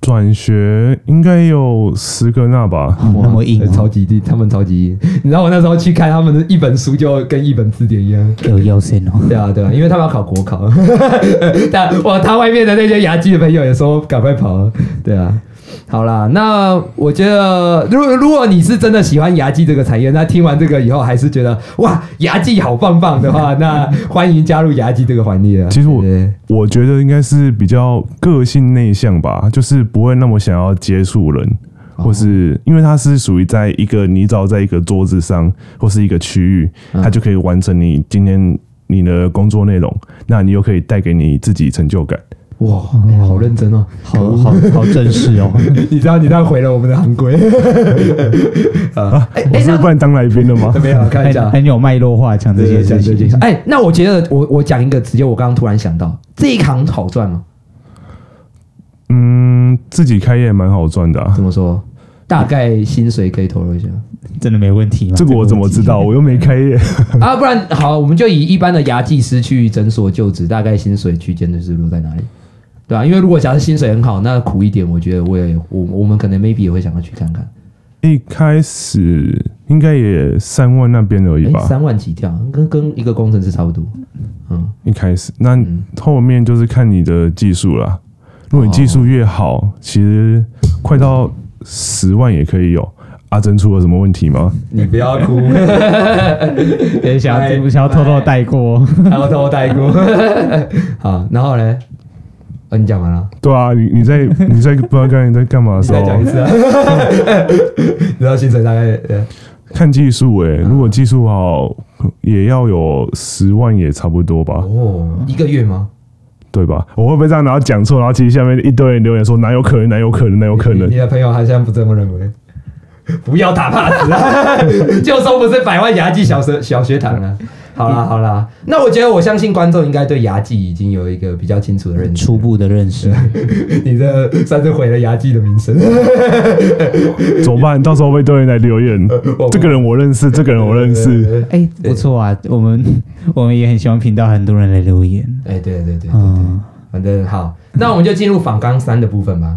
C: 转学应该有十个那吧？
B: 那么硬、
A: 呃
B: 哦，
A: 超级低，他们超级硬。你知道我那时候去看他们的一本书，就跟一本字典一样。
B: 有腰身哦。
A: 对啊，对啊，因为他们要考国考， 但哇，他外面的那些牙技的朋友也说赶快跑。对啊，好啦，那我觉得，如果如果你是真的喜欢牙技这个产业，那听完这个以后还是觉得哇，牙技好棒棒的话，那欢迎加入牙技这个行业啊。
C: 其实我
A: 对对
C: 我觉得应该是比较个性内向吧，就是不会那么想要接触人，或是因为他是属于在一个你只要在一个桌子上或是一个区域，
A: 嗯
C: 他就可以完成你今天你的工作内容，那你又可以带给你自己成就感。
A: 哇、哎好认真哦，可
B: 好
A: 恶
B: 好好正式哦，
A: 你知道你这样毁了我们的行规 啊！哎
C: 我
A: 哎，
C: 是不然当来宾了 吗
A: 那？没有，开玩笑
B: 很。很有脉络化讲这些事
A: 对对
B: 情。
A: 哎，那我觉得我我讲一个直接，我刚刚突然想到，这一行好赚哦吗？
C: 嗯，自己开业蛮好赚的、啊
A: 怎，么说？大概薪水可以透露一 下
B: 真的没问题吗？
C: 这个我怎么知道？我又没开业。
A: 啊？不然好，我们就以一般的牙技师去诊所就职，大概薪水区间的是落在哪里？对啊吧、因为如果假设薪水很好，那苦一点，我觉得我也我我们可能 maybe 也会想要去看看。
C: 一开始应该也三万那边而已
A: 诶
C: 吧，
A: 哎三万起跳，跟跟一个工程师差不多。嗯，
C: 一开始，那后面就是看你的技术啦。如果你技术越好，其实快到十万也可以有。阿珍出了什么问题吗？
A: 你不要 哭，
B: 也想
A: 哎
B: 要想要偷偷带过，
A: 还要偷带哭。 好，然后呢？呃、你讲完了，
C: 对啊，你你在你在不知道刚才你在干嘛的
A: 你
C: 时
A: 再
C: 候，
A: 讲一次啊。你知道薪水大概呃
C: 看技术诶、如果技术好，也要有十万也差不多吧，
A: 哦一个月吗？
C: 对吧？我会不会这样，然后讲错，然后其实下面一堆人留言说哪有可能，哪有可能，哪有可 能
A: 你？的朋友他现在不这么认为。 不要打怕死啊！ 就说不是百万牙技小学小学堂了。好
C: 嗯
A: 啦好啦，那我觉得我相信观众应该对牙技已经有一个比较清楚的认 知。
B: 初步的认识。
C: 嗯
A: 你这算是毁了牙技的名 声。
C: 怎么办？到时候被一堆人来 留言
A: 我，
C: 这个人我认识，这个人我认识。
B: 哎，不错啊，我们我们也很喜欢频道很多人来留言。
A: 哎，对对对对，
B: 嗯，
A: 反正好，那我们就进入仿纲三的部分吧。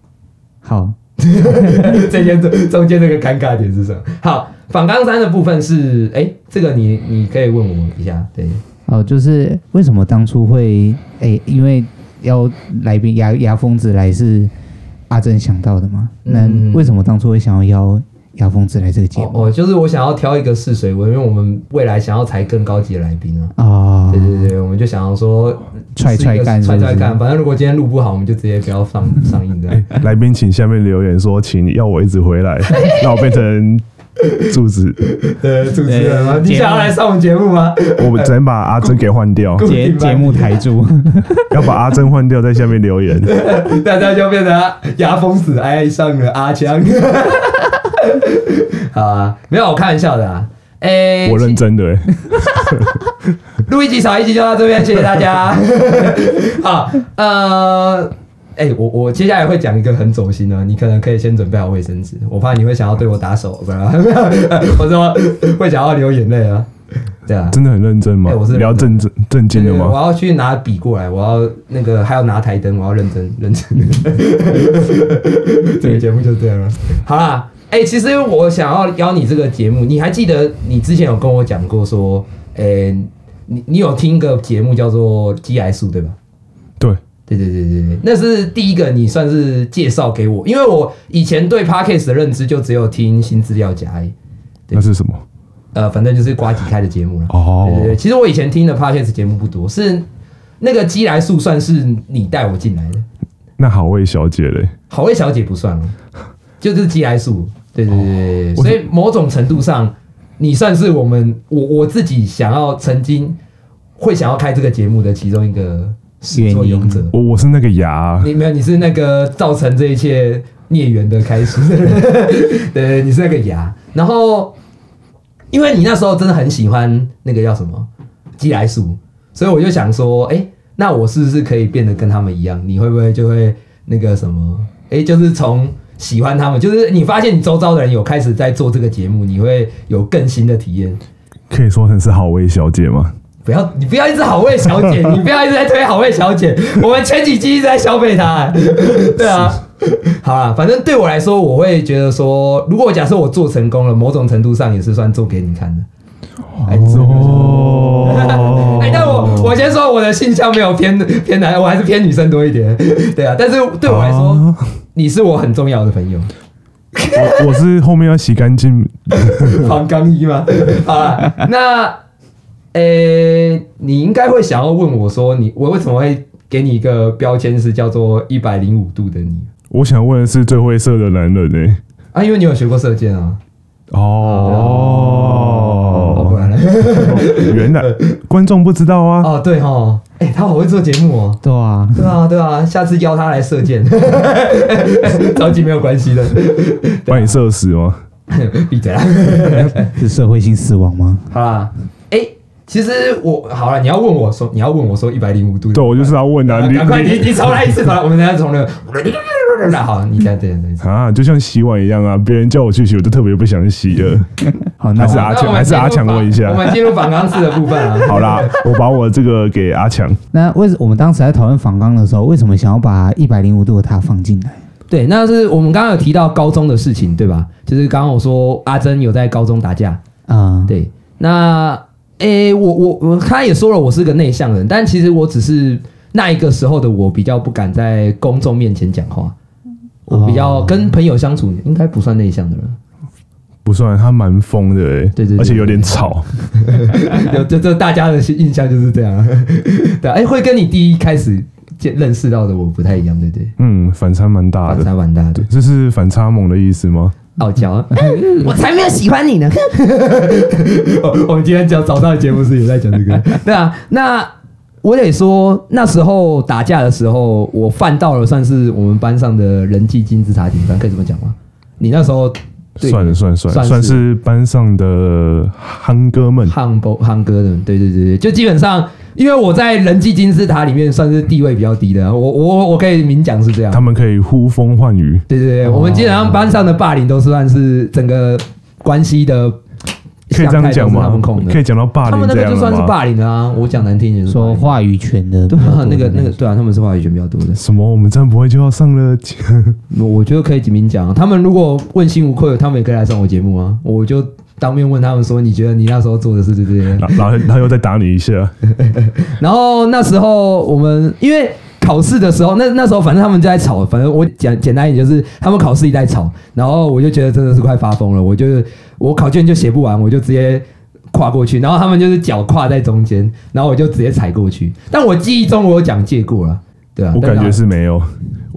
B: 好，
A: 这间中中间这个尴尬点是什么？好，仿纲三的部分是，哎、这个你你可以问我一下，对，
B: 哦，就是为什么当初会哎，因为要来宾牙牙疯子来是阿珍想到的嘛？那
A: 嗯
B: 为什么当初会想要邀牙疯子来这个节
A: 哦
B: 目？
A: 哦，就是我想要挑一个试水温，因为我们未来想要裁更高级的来宾啊。
B: 哦
A: 对，对对，我们就想要说
B: 踹踹干
A: 踹踹
B: 是不是
A: 干。反正如果今天录不好，我们就直接不要上上映这样。
C: 来宾请下面留言说，请要我一 直回来，让我变成柱子，
A: 呃，主持人吗？
B: 对
A: 你想要来上我们节目吗？
C: 我只能把阿珍给 换掉，
B: 节节目台柱，
C: 要把阿珍换掉，在下面留 言。
A: 大家就变成牙疯子爱上了阿强。好啊，没有，我开玩笑的啊。哎、
C: 我认真的、欸，
A: 录一集少一集就到这边，谢谢大家。好，呃，哎、我我接下来会讲一个很走心的，你可能可以先准备好卫生纸，我怕你会想要对我打手，不然 我说会想要流眼泪啊。对啊，
C: 真的很认真吗？
A: 哎我是认真
C: 聊正正正经的
A: 我
C: 吗？
A: 要去拿笔过来，我要那个还要拿台灯，我要认真认 真。这个节目就这样了。好啦，哎、其实我想要邀你这个节目，你还记得你之前有跟我讲过说，哎、你你有听一个节目叫做《鸡癌素》对吧？
C: 对，
A: 对对对对对，那是第一个你算是介绍给我，因为我以前对 podcast 的认知就只有听新资料夹而已，对
C: 那是什么？
A: 呃，反正就是瓜吉开的节目了。
C: 哦
A: 对对对，其实我以前听的 podcast 节目不多，是那个基来素算是你带我进来的，
C: 那好味小姐嘞，
A: 好味小姐不算了，哦就是基来素。对对对对对，
C: 哦我
A: 所以某种程度上，你算是我们我我自己想要曾经会想要开这个节目的其中一个始作俑者。
C: 我我是那个牙，啊
A: 你没有，你是那个造成这一切孽缘的开始。 对，你是那个牙。然后，因为你那时候真的很喜欢那个叫什么鸡来素，所以我就想说，哎、那我是不是可以变得跟他们一样？你会不会就会那个什么？哎、就是从喜欢他们，就是你发现你周遭的人有开始在做这个节目，你会有更新的体验。
C: 可以说成是好味小姐吗？
A: 不要，你不要一直好味小姐，你不要一直在推好味小姐。我们前几集一直在消费她，对啊。好啦，反正对我来说，我会觉得说，如果假设我做成功了，某种程度上也是算做给你看的。哎，你说
C: 哦
A: 哎，但我我先说我的性向没有偏偏男，我还是偏女生多一点，对啊。但是对我来说，
C: 啊
A: 你是我很重要的朋友。
C: 我我是后面要洗干净，
A: 防刚一吗？好啦，那呃、欸你应该会想要问我说你，我为什么会给你一个标签是叫做一百零五度的你
C: 我想问的是最会射的男人欸呢、
A: 啊？因为你有学过射箭啊，哦，不
C: 哦，
A: 然呢？
C: 原来观众不知道啊，
A: 哦，对哦，哎、他好会做节目哦。
B: 对啊，
A: 对啊，对啊，下次邀他来射箭， 着急没有关系的，
C: 把
A: 啊
C: 你射死吗？
A: 闭嘴啦。
B: 是社会性死亡吗？
A: 好啦，哎、其实我好了，你要问我说，你要问我说一百零五度的
C: 对，我就是要问啊，你
A: 赶快，
C: 你
A: 你你重来一次，重来，我们等一下重来。 人了。好，你讲这样子。
C: 啊，就像洗碗一样啊，别人叫我去洗，我就特别不想洗
A: 嗯
C: 了。
B: 好，那
C: 还是
B: 我
C: 阿
A: 那我
C: 强，
A: 们
C: 还是阿强
A: 进入
C: 问一下
A: 我。们进入反纲式的部分啊。
C: 好啦，我把我这个给阿强。
B: 那为什我们当时在讨论仿钢的时候，为什么想要把一百零五度的塔放进来？
A: 对，那是我们刚刚有提到高中的事情，对吧？就是刚刚我说阿珍有在高中打架，
B: 啊、
A: 对，那诶、我我我，他也说了，我是个内向人，但其实我只是那一个时候的我比较不敢在公众面前讲话，我比较
B: 哦
A: 跟朋友相处应该不算内向的人，
C: 不算，他蛮疯的、欸，
A: 对对对
C: 而且有点吵。
A: 有这这大家的印象就是这样， 对，哎、会跟你第一开始见认识到的我不太一样，对不对？
C: 嗯，反差蛮大
A: 反
C: 的。
A: 差蛮大的，
C: 这是反差萌的意思吗？
A: 傲娇，嗯 我才没有喜欢 你呢。哦我我们今天讲早上的节目是也在讲这 个，对啊，那我得说那时候打架的时候，我犯到了算是我们班上的人际金字塔顶端，可以这么讲吗？你那时候对
C: 算了算了算了，算
A: 算是
C: 是班上的憨哥们。
A: 夯波夯哥的，对对对对，就基本上因为我在人际金字塔里面算是地位比较低的啊，我我我可以明讲是这样
C: 他。们可哦以呼风唤雨，
A: 对对对，我们基本上班上的霸凌都算是整个关系的。
C: 可以这样讲
A: 他
C: 吗
A: 们控？的
C: 可以讲到霸
A: 他
C: 凌
A: 们那
C: 这
A: 个
C: 样
A: 就
C: 了
A: 算是
C: 吗？
A: 霸凌了啊！我讲难听一点，
B: 说话语权的比
A: 对
B: 较多
A: 啊
B: 的，
A: 那个那个
B: 种
A: 对啊，他们是话语权比较多的。
C: 什么？我们这样不会就要上了？
A: 我我觉得可以明讲啊，他们如果问心无愧，他们也可以来上我节目啊。我就当面问他们说，你觉得你那时候做的是对不对？
C: 然后然后然后又再打你一
A: 啊
C: 下，
A: 然后那时候我们因为考试的时候，那那时候反正他们就在吵，反正我简简单一点就是他们考试一直在吵，然后我就觉得真的是快发疯了，我就是我考卷就写不完，我就直接。跨过去，然后他们就是脚跨在中间，然后我就直接踩过去。但我记忆中我有讲借过了，对啊，
C: 我感
A: 但
C: 觉是没有，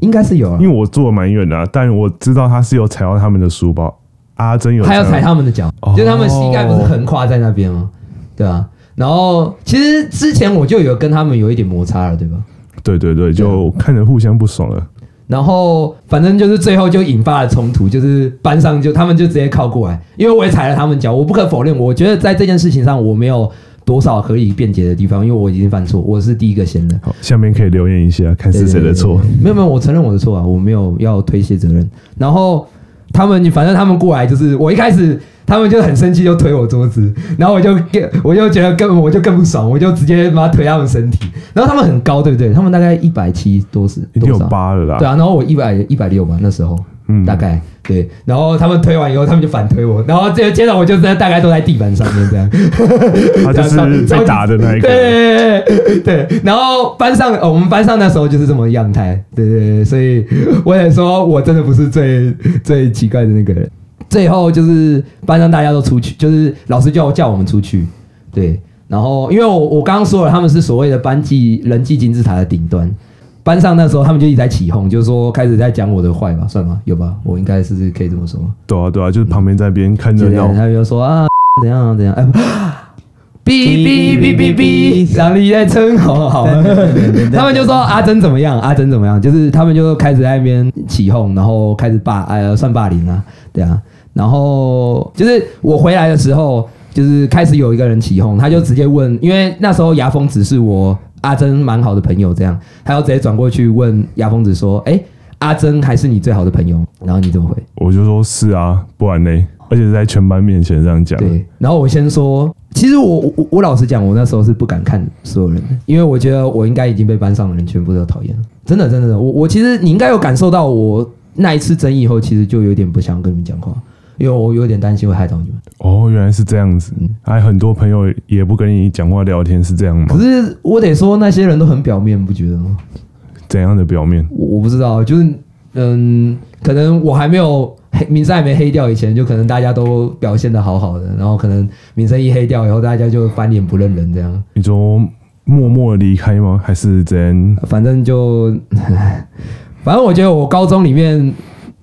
A: 应该是有啊
C: 因为，我坐得蛮远的啊、但我知道他是有踩到他们的书包。阿珍有
A: 他要踩
C: 到，
A: 他们的脚，
C: 哦
A: 就是他们膝盖不是横跨在那边吗？对啊。然后其实之前我就有跟他们有一点摩擦了，对吧？
C: 对对对，就看着互相不爽了。
A: 然后反正就是最后就引发了冲突，就是班上就他们就直接靠过来，因为我也踩了他们脚。我不可否认，我觉得在这件事情上我没有多少可以辩解的地方，因为我已经犯错，我是第一个先的。
C: 好，下面可以留言一下，看是谁的错。
A: 对？对对对没有没有，我承认我的错啊，我没有要推卸责任。然后他们反正他们过来就是我一开始。他们就很生气，就推我桌子， 然后我就更，我就觉得更，我就更不爽，我就直接把他推他们身体。然后他们很高，对不对？他们大概一百七多是
C: 一定有
A: 多少
C: 八了啦。
A: 对啊，然后我一百一百六吧，那时候，
C: 嗯
A: 大概对，然后他们推完以后，他们就反推我，然后接接着我就在大概都在地板上面这样，
C: 他就是被打的那一个。
A: 啊对对对对，然后班上、哦、我们班上那时候就是这么样态，对对对，所以我也说我真的不是最最奇怪的那个人。最后就是班上大家都出去，就是老师叫叫我们出去，对，然后因为我我刚刚说了，他们是所谓的班级人际金字塔的顶端。班上那时候他们就一直在起哄，就是说开始在讲我的坏吧，算吗？有吧？我应该是可以这么说吗？
C: 对啊，对啊，就是旁边在边看热
A: 对，
C: 闹。
A: 他就说啊，怎样怎样，哎，哔哔哔哔哔，然后你在称吼，好，他们就说阿珍怎么样，阿珍怎么样，就是他们就开始在那边起哄，然后开始霸，呃，算霸凌啊，对啊，然后就是我回来的时候，就是开始有一个人起哄，他就直接问，因为那时候牙峰子是我阿珍蛮好的朋友，这样，他就直接转过去问牙峰子说，哎。阿珍还是你最好的朋友，然后你怎么回？
C: 我就说是啊，不然呢？而且是在全班面前这样讲。
A: 对，然后我先说，其实我我我老实讲，我那时候是不敢看所有人的，因为我觉得我应该已经被班上的人全部都讨厌了。真的，真的，真的我我其实你应该有感受到，我那一次争议以后，其实就有点不想跟你们讲话，因为我有点担心会害到你们。
C: 哦，原来是这样子
A: 嗯。
C: 哎，很多朋友也不跟你讲话聊天，是这样吗
A: 可？是我得说，那些人都很表面，不觉得吗？
C: 怎样的表面？
A: 我我不知道，就是嗯，可能我还没有黑名声还没黑掉以前，就可能大家都表现的好好的，然后可能名声一黑掉以后，大家就翻脸不认人这样。
C: 你说默默地离开吗？还是怎样？
A: 反正就， 反正我觉得我高中里面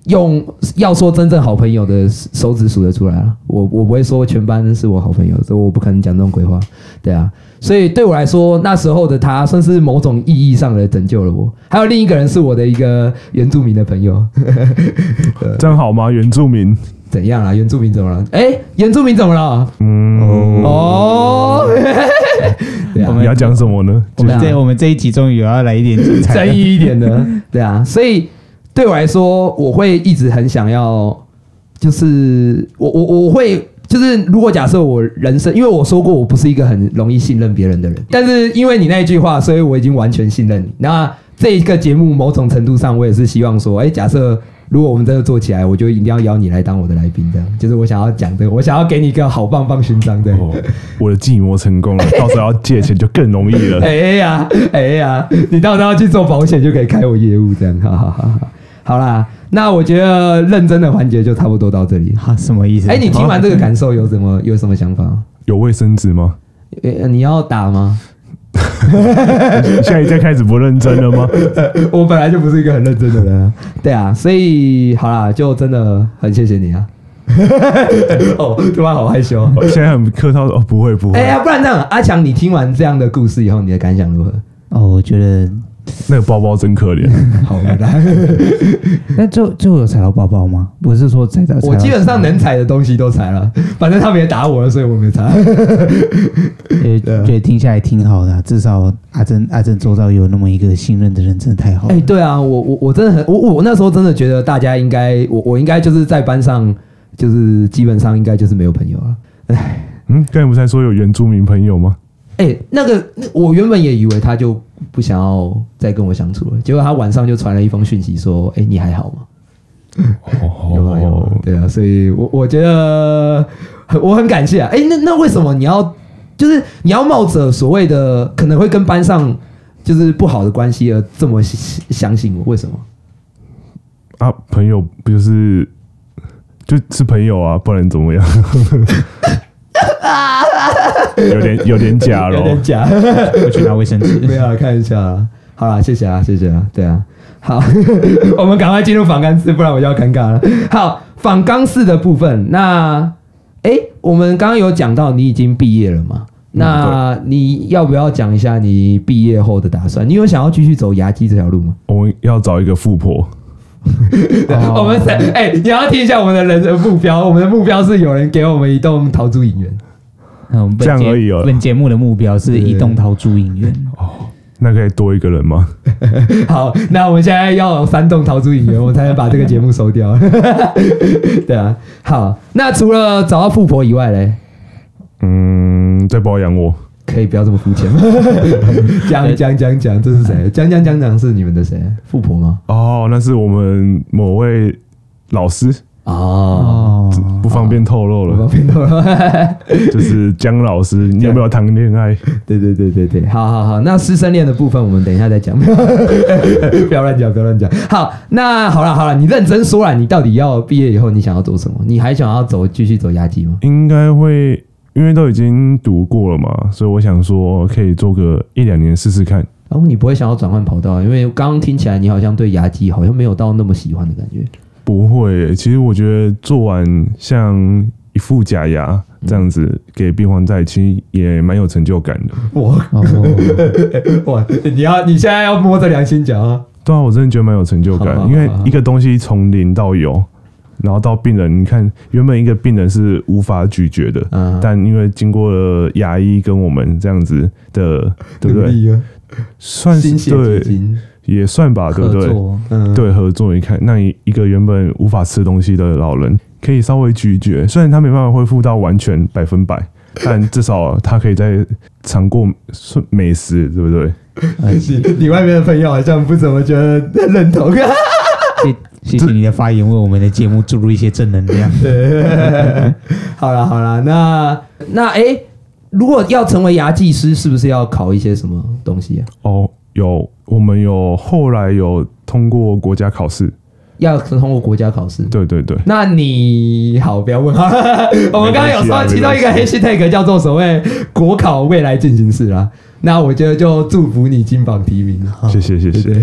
A: 用要说真正好朋友的手指数得出来了。我我不会说全班是我好朋友，所以我不可能讲这种鬼话。对啊，所以对我来说，那时候的他算是某种意义上的拯救了我。还有另一个人是我的一个原住民的朋友， 呃
C: 这样好吗？原住民，
A: 怎样啊啦？原住民怎么了？哎、原住民怎么了？
C: 嗯，
A: 哦，对
B: 我
A: 啊
B: 们
C: 你要讲什么呢？
A: 我们
B: 这我们这一集终于有要来一点精彩的，
A: 争 议一点的，对啊，所以对我来说，我会一直很想要，就是我我我会。就是如果假设我人生，因为我说过我不是一个很容易信任别人的人，但是因为你那一句话，所以我已经完全信任你。那这一个节目某种程度上，我也是希望说，哎、假设如果我们真的做起来，我就一定要邀你来当我的来宾，这样。就是我想要讲这个，我想要给你一个好棒棒勋章，对。
C: 哦，我的计谋 成功了，到时候要借钱就更容易了。
A: 哎呀，哎呀，你到时候去做保险就可以开我业务，这样，哈哈哈哈。好啦，那我觉得认真的环节就差不多到这里。
B: 啊，什么意思？
A: 哎、你听完这个感受有什么有什么想法吗？
C: 有卫生纸吗？
A: 呃你要打吗？
C: 现在再开始不认 真了吗？
A: 我本来就不是一个很认真的人、 啊，对啊，所以好啦，就真的很谢谢你 啊。哦，突然好害羞。
C: 我现在很客套地说哦，不会不会
A: 哎、，呀，不然这样，阿强，你听完这样的故事以后，你的感想 如何？
B: 哦，我觉得
C: 那个包包真可怜。
A: 好啦，
B: 那最后最后有踩到包包吗？不是说踩到，
A: 我基本上
B: 能，
A: 能踩的东西都踩了，反正他们也打我了，所以我没踩。
B: 呃，
C: 啊
B: 觉得听下来挺好的啊、至少阿珍阿珍周遭有那么一个信任的人，真的太好了。
A: 哎、对啊，我我我真的很，我我我那时候真的觉得大家应该，我我应该就是在班上，就是基本上应该就是没有朋友了。
C: 嗯，刚才不是还说有原住民朋友吗？
A: 哎、那个那我原本也以为他就不想要再跟我相处了，结果他晚上就传了一封讯息说：“哎、你还好吗？”有吗？有吗
C: 哦，
A: 对啊，所以我我觉得很我很感谢啊。哎、那那为什么你要就是你要冒着所谓的可能会跟班上就是不好的关系而这么相相信我？为什么？
C: 啊，朋友不就是就是朋友啊，不然 怎么样？有点有点假
A: 有
C: 咯
A: 点。假。
B: 我去拿卫生纸
A: 没有啊啦，看一下啦。好啦，谢谢啊，谢谢啊，对啊，好， 我们赶快进入仿钢式，不然我就要尴尬了。好，仿钢式的部分，那诶，我们刚刚有讲到你已经毕业了嘛？
B: 嗯
A: 那你要不要讲一下你毕业后的打算？你有想要继续走牙基这条路吗？
C: 我们要找一个富婆，
A: 我们谁？哎、你要听一下我们的人生目标。我们的目标是有人给我们一栋桃竹影院。
B: 嗯，
C: 这样而已哦
B: 本节目的目标是移动逃出影院，
C: 那可以多一个人吗？
A: 好，那我们现在要有三栋逃出影院，我才能把这个节目收掉。 对啊，好，那除了找到富婆以外嘞，
C: 嗯，再包养我，
A: 可以不要这么肤浅吗？ 讲讲讲讲，这是谁？讲讲讲讲是你们的谁？富婆吗？
C: 哦，那是我们某位老师，
A: 哦，
B: 哦，
C: 不方便透露
A: 我
C: 了，
A: 们拼多了。
C: 就是江老师，你有没有谈恋爱？
A: 对对对对对，好好好，那师生恋的部分我们等一下再讲， 不要乱讲，不要乱讲。好，那好了好了，你认真说了，你到底要毕业以后你想要做什么？你还想要走继续走压机吗？
C: 应该会，因为都已经读过了嘛，所以我想说可以做个一两年试试看。
A: 然后你不会想要转换跑道，因为刚刚听起来你好像对牙机好像没有到那么喜欢的感觉。
C: 不会耶、其实我觉得做完像一副假牙这样子给病患戴，其实也蛮有成就感的。
A: 哇
B: 哦，
A: 哇，你要你现在要摸着良心讲啊！
C: 对啊，我真的觉得蛮有成就感
A: 好好，好
C: 因为一个东西从零到有，然后到病人，你看原本一个病人是无法咀嚼的，
A: 嗯
C: 但因为经过了牙医跟我们这样子的，对不
A: 努
C: 对？
A: 力啊，
C: 算
A: 心血
C: 是
A: 结
C: 对，
A: 晶，
C: 也算
A: 啊
C: 吧，对不
B: 合
C: 对？
B: 作，
A: 嗯，
C: 对合作，你看，那一一个原本无法吃东西的老人，可以稍微咀嚼，虽然他没办法恢复到完全百分百，但至少他可以在尝过顺美食，对不对？
B: 呃
A: 哎你你外面的朋友好像不怎么觉得认同。
B: 谢谢谢你的发言，为我们的节目注入一些正能量。
A: 对，好啦好啦，那那哎、诶如果要成为牙技师，是不是要考一些什么东西啊？
C: 哦，有我们有后来有通过国家考试，
A: 要通过国家考试？
C: 对对对，
A: 那你好，不要问哈 哈哈，我们刚刚有说其中一个
C: 没关
A: hashtag 叫做所谓国考未来进行式啦。那我觉得就祝福你金榜题名。
C: 谢谢谢谢，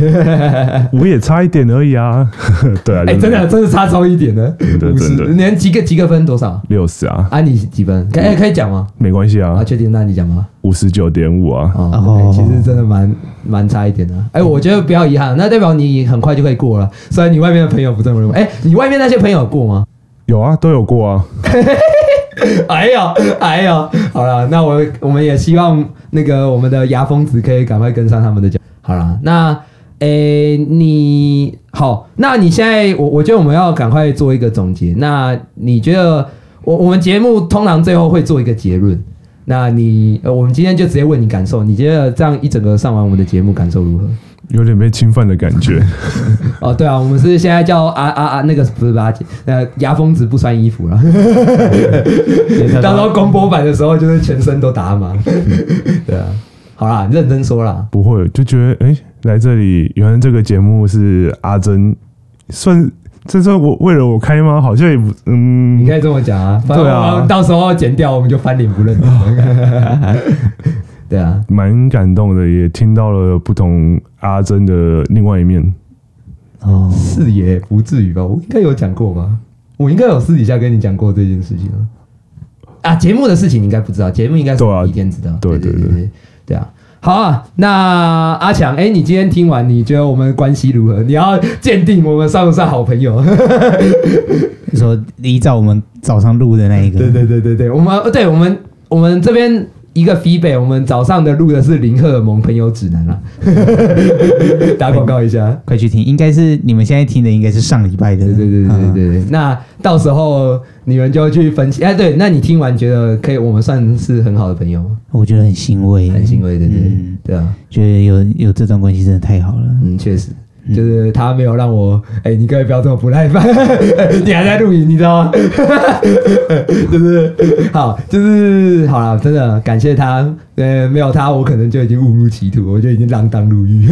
C: 我也差一点而已啊， 对 啊，
A: 哎、
C: 就
A: 真的真的差超一点的，
C: 的
A: 五十
C: 真，的
A: 你几个几个分多少？
C: 六十啊，
A: 啊，你几分？可以、哎可以讲吗？
C: 没关系啊
A: 啊，，确定？那你讲吗？
C: 五十九点五啊，
A: 哦，
B: 哦
A: 哎其实真的蛮蛮差一点的。哎、
C: 嗯
A: 我觉得不要遗憾，那代表你很快就可以过了。虽然你外面的朋友不这么认为。哎、你外面那些朋友有过吗？
C: 有啊，都有过啊，
A: 哎呦，哎呦，好了，那我我们也希望那个我们的牙峰子可以赶快跟上他们的脚。好了，那诶、你好，那你现在我我觉得我们要赶快做一个总结。那你觉得我我们节目通常最后会做一个结论？那你呃，我们今天就直接问你感受，你觉得这样一整个上完我们的节目感受如何？
C: 有点被侵犯的感 觉。
A: 哦，对啊，我们是现在叫啊啊啊，那个不是八姐，呃，牙峰子不穿衣服了。啊到时候公播版的时候，就是全身都打码。对啊，好啦，认真说啦。
C: 不会，就觉得哎、诶来这里，原来这个节目是阿珍，算这算我为了我开吗？好像也不，嗯
A: 你，可以这么讲啊，反正
C: 对啊
A: 我们到时候剪掉，我们就翻脸不认人。对啊，
C: 蛮感动的，也听到了不同阿珍的另外一面。
B: 哦，
A: 是也不至于吧？我应该有讲过吧？我应该有私底下跟你讲过这件事情啊。啊，节目的事情你应该不知道，节目应该是
C: 对啊
A: 你一天知道。
C: 对
A: 对
C: 对对
A: 对，对啊。好啊，那阿强，哎、你今天听完，你觉得我们关系如何？你要鉴定我们算不算好朋友？
B: 说依照我们早上录的那一个，
A: 对对对对对，我们对我们我们这边一个 feedback，我们早上的录的是零荷尔蒙朋友指南啦， 打广告一下。
B: 快去听，应该是你们现在听的，应该是上礼拜的。
A: 对对对对
B: 嗯
A: 对对，那到时候你们就去分析。哎，对，那你听完觉得可以，我们算是很好的朋友吗？
B: 我觉得很欣慰，
A: 很欣慰，对对对
B: 嗯
A: 对啊，
B: 觉得有有这段关系真的太好了。
A: 嗯，确实。就是他没有让我，哎、你可以不要这么不耐烦， 你还在录影，你知道吗？ 就是好，就是好了，真的感谢他，呃，没有他，我可能就已经误入歧途，我就已经锒铛入狱。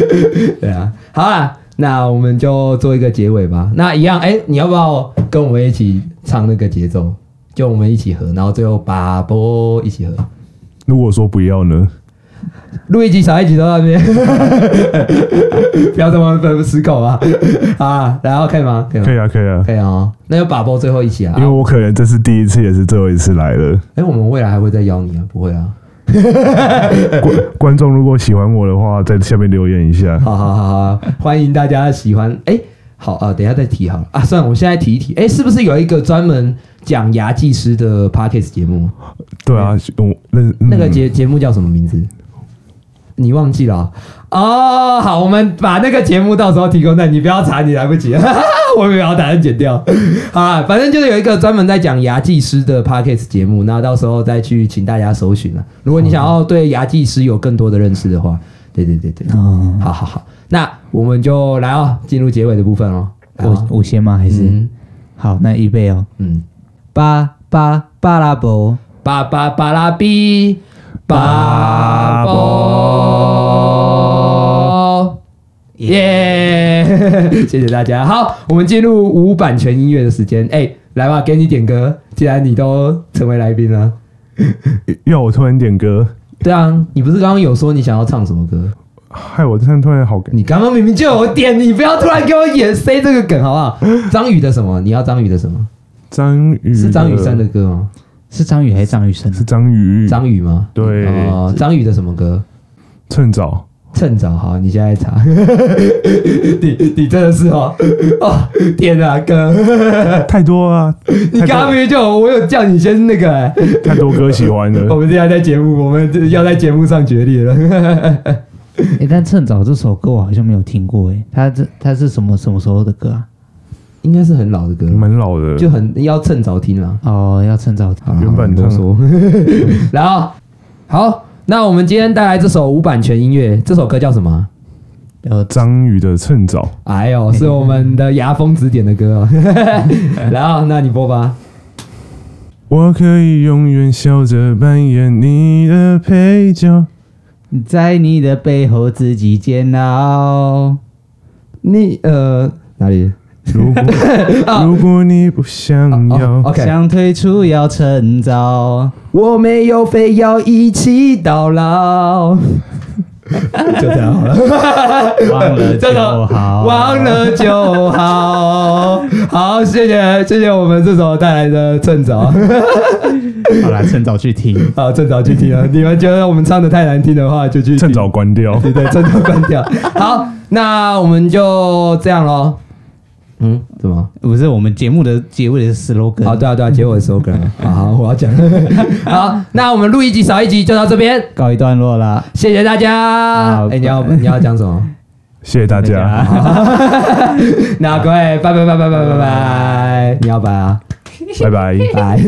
A: 对啊，好啊，那我们就做一个结尾吧。那一样，哎、你要不要跟我们一起唱那个节奏？就我们一起合，然后最后把波一起合，
C: 如果说不要呢？
A: 录一集少一集都在那边， 不要这么分死狗啊！啊，然后可以吗？可以吗？
C: 可以啊，可以啊，
A: 可以哦，那就把波最后一起啊。
C: 因为我可能这是第一次，也是最后一次来 了。
A: 哎、我们未来还会再邀你啊？不会啊。
C: 观观众如果喜欢我的话，在下面留言一下。
A: 好好好好，欢迎大家喜欢。哎、好啊，等一下再提好了啊。算了，我现在提一提。哎、是不是有一个专门讲牙技师的 podcast 节目？
C: 对啊，我认
A: 那个
C: 嗯
A: 节节目叫什么名字？你忘记了啊哦好，我们把那个节目到时候提供在，你不要查，你来不及 了。我也没有打算剪掉 啊，反正就是有一个专门在讲牙技师的 podcast 节目，那到时候再去请大家搜寻了。啊如果你想要对牙技师有更多的认识的话，对对对对，
B: 哦，
A: 好好好，那我们就来哦，进入结尾的部分哦。来哦
B: 我我先吗？还是
A: 嗯
B: 好？那预备哦，
A: 嗯，
B: 巴巴巴拉伯，
A: 巴巴巴拉比巴波。耶！ 谢谢大家。好，我们进入无版权音乐的时间。哎、来吧，给你点歌。既然你都成为来宾了，
C: 要我突然点歌，
A: 对啊，你不是刚刚有说你想要唱什么歌？
C: 害我突然突然好感。
A: 你刚刚明明就有点，你不要突然给我演塞这个梗好不嗯好？张宇的什么？你要张宇的什么？
C: 张宇
A: 是张雨生的，歌吗？
B: 是张宇还是张雨生？
C: 是张宇。
A: 张宇吗？
C: 对
A: 哦，张宇的什么歌？
C: 趁早，
A: 趁早好，你现在查， 你你真的是哦，哦天啊哥，
C: 太多啊，
A: 你
C: 太
A: 刚刚
C: 多
A: 明明就有我有叫你先那个、哎
C: 太多歌喜欢
A: 我
C: 了。
A: 们现在在节目，我们要在节目上决裂了。
B: 哎，但趁早这首歌我好像没有听过，哎，他这他是什么什么时候的歌啊？
A: 应该是很老的歌，
C: 蛮老的，
A: 就很要趁早听啦。
B: 哦，要趁早听。
A: 好啦
C: 原版
A: 好啦多
C: 唱
A: 说， 然后好，那我们今天带来这首无版权音乐，这首歌叫什么啊？
B: 呃，
C: 张宇的趁早。
A: 哎呦，是我们的牙峰指点的歌哦。然后，那你播吧。
C: 我可以永远笑着扮演你的配 角。
B: 在你的背后自己煎熬。
A: 你呃哪里？
C: 如果如果你不想
A: 哦
C: 要，
A: ，OK，
B: 想退出要趁早。
A: 我没有非要一起到老， 就这样好了，
B: 忘了
A: 真的
B: 就好，
A: 忘了就好。好，谢谢谢谢我们这首带来的趁 早，
B: 好啦，趁早去听。
A: 好趁早去听啊！你们觉得我们唱的太难听的话，就去听
C: 趁早 关掉。
A: 对对，趁早关 掉。好，那我们就这样喽。嗯，怎么？
B: 不是我们节目的结尾的 slogan。
A: 好，对啊，对啊，结尾的时候可能，好好，我要讲。 好，那我们录一集少一集就到这边，
B: 告一段落啦。
A: 谢谢大家。
B: 好
A: 哎、你要你要讲什么？
C: 谢谢大家，
A: 那各位，拜拜拜拜拜拜拜，你要拜啊，
C: 拜拜。
A: 拜。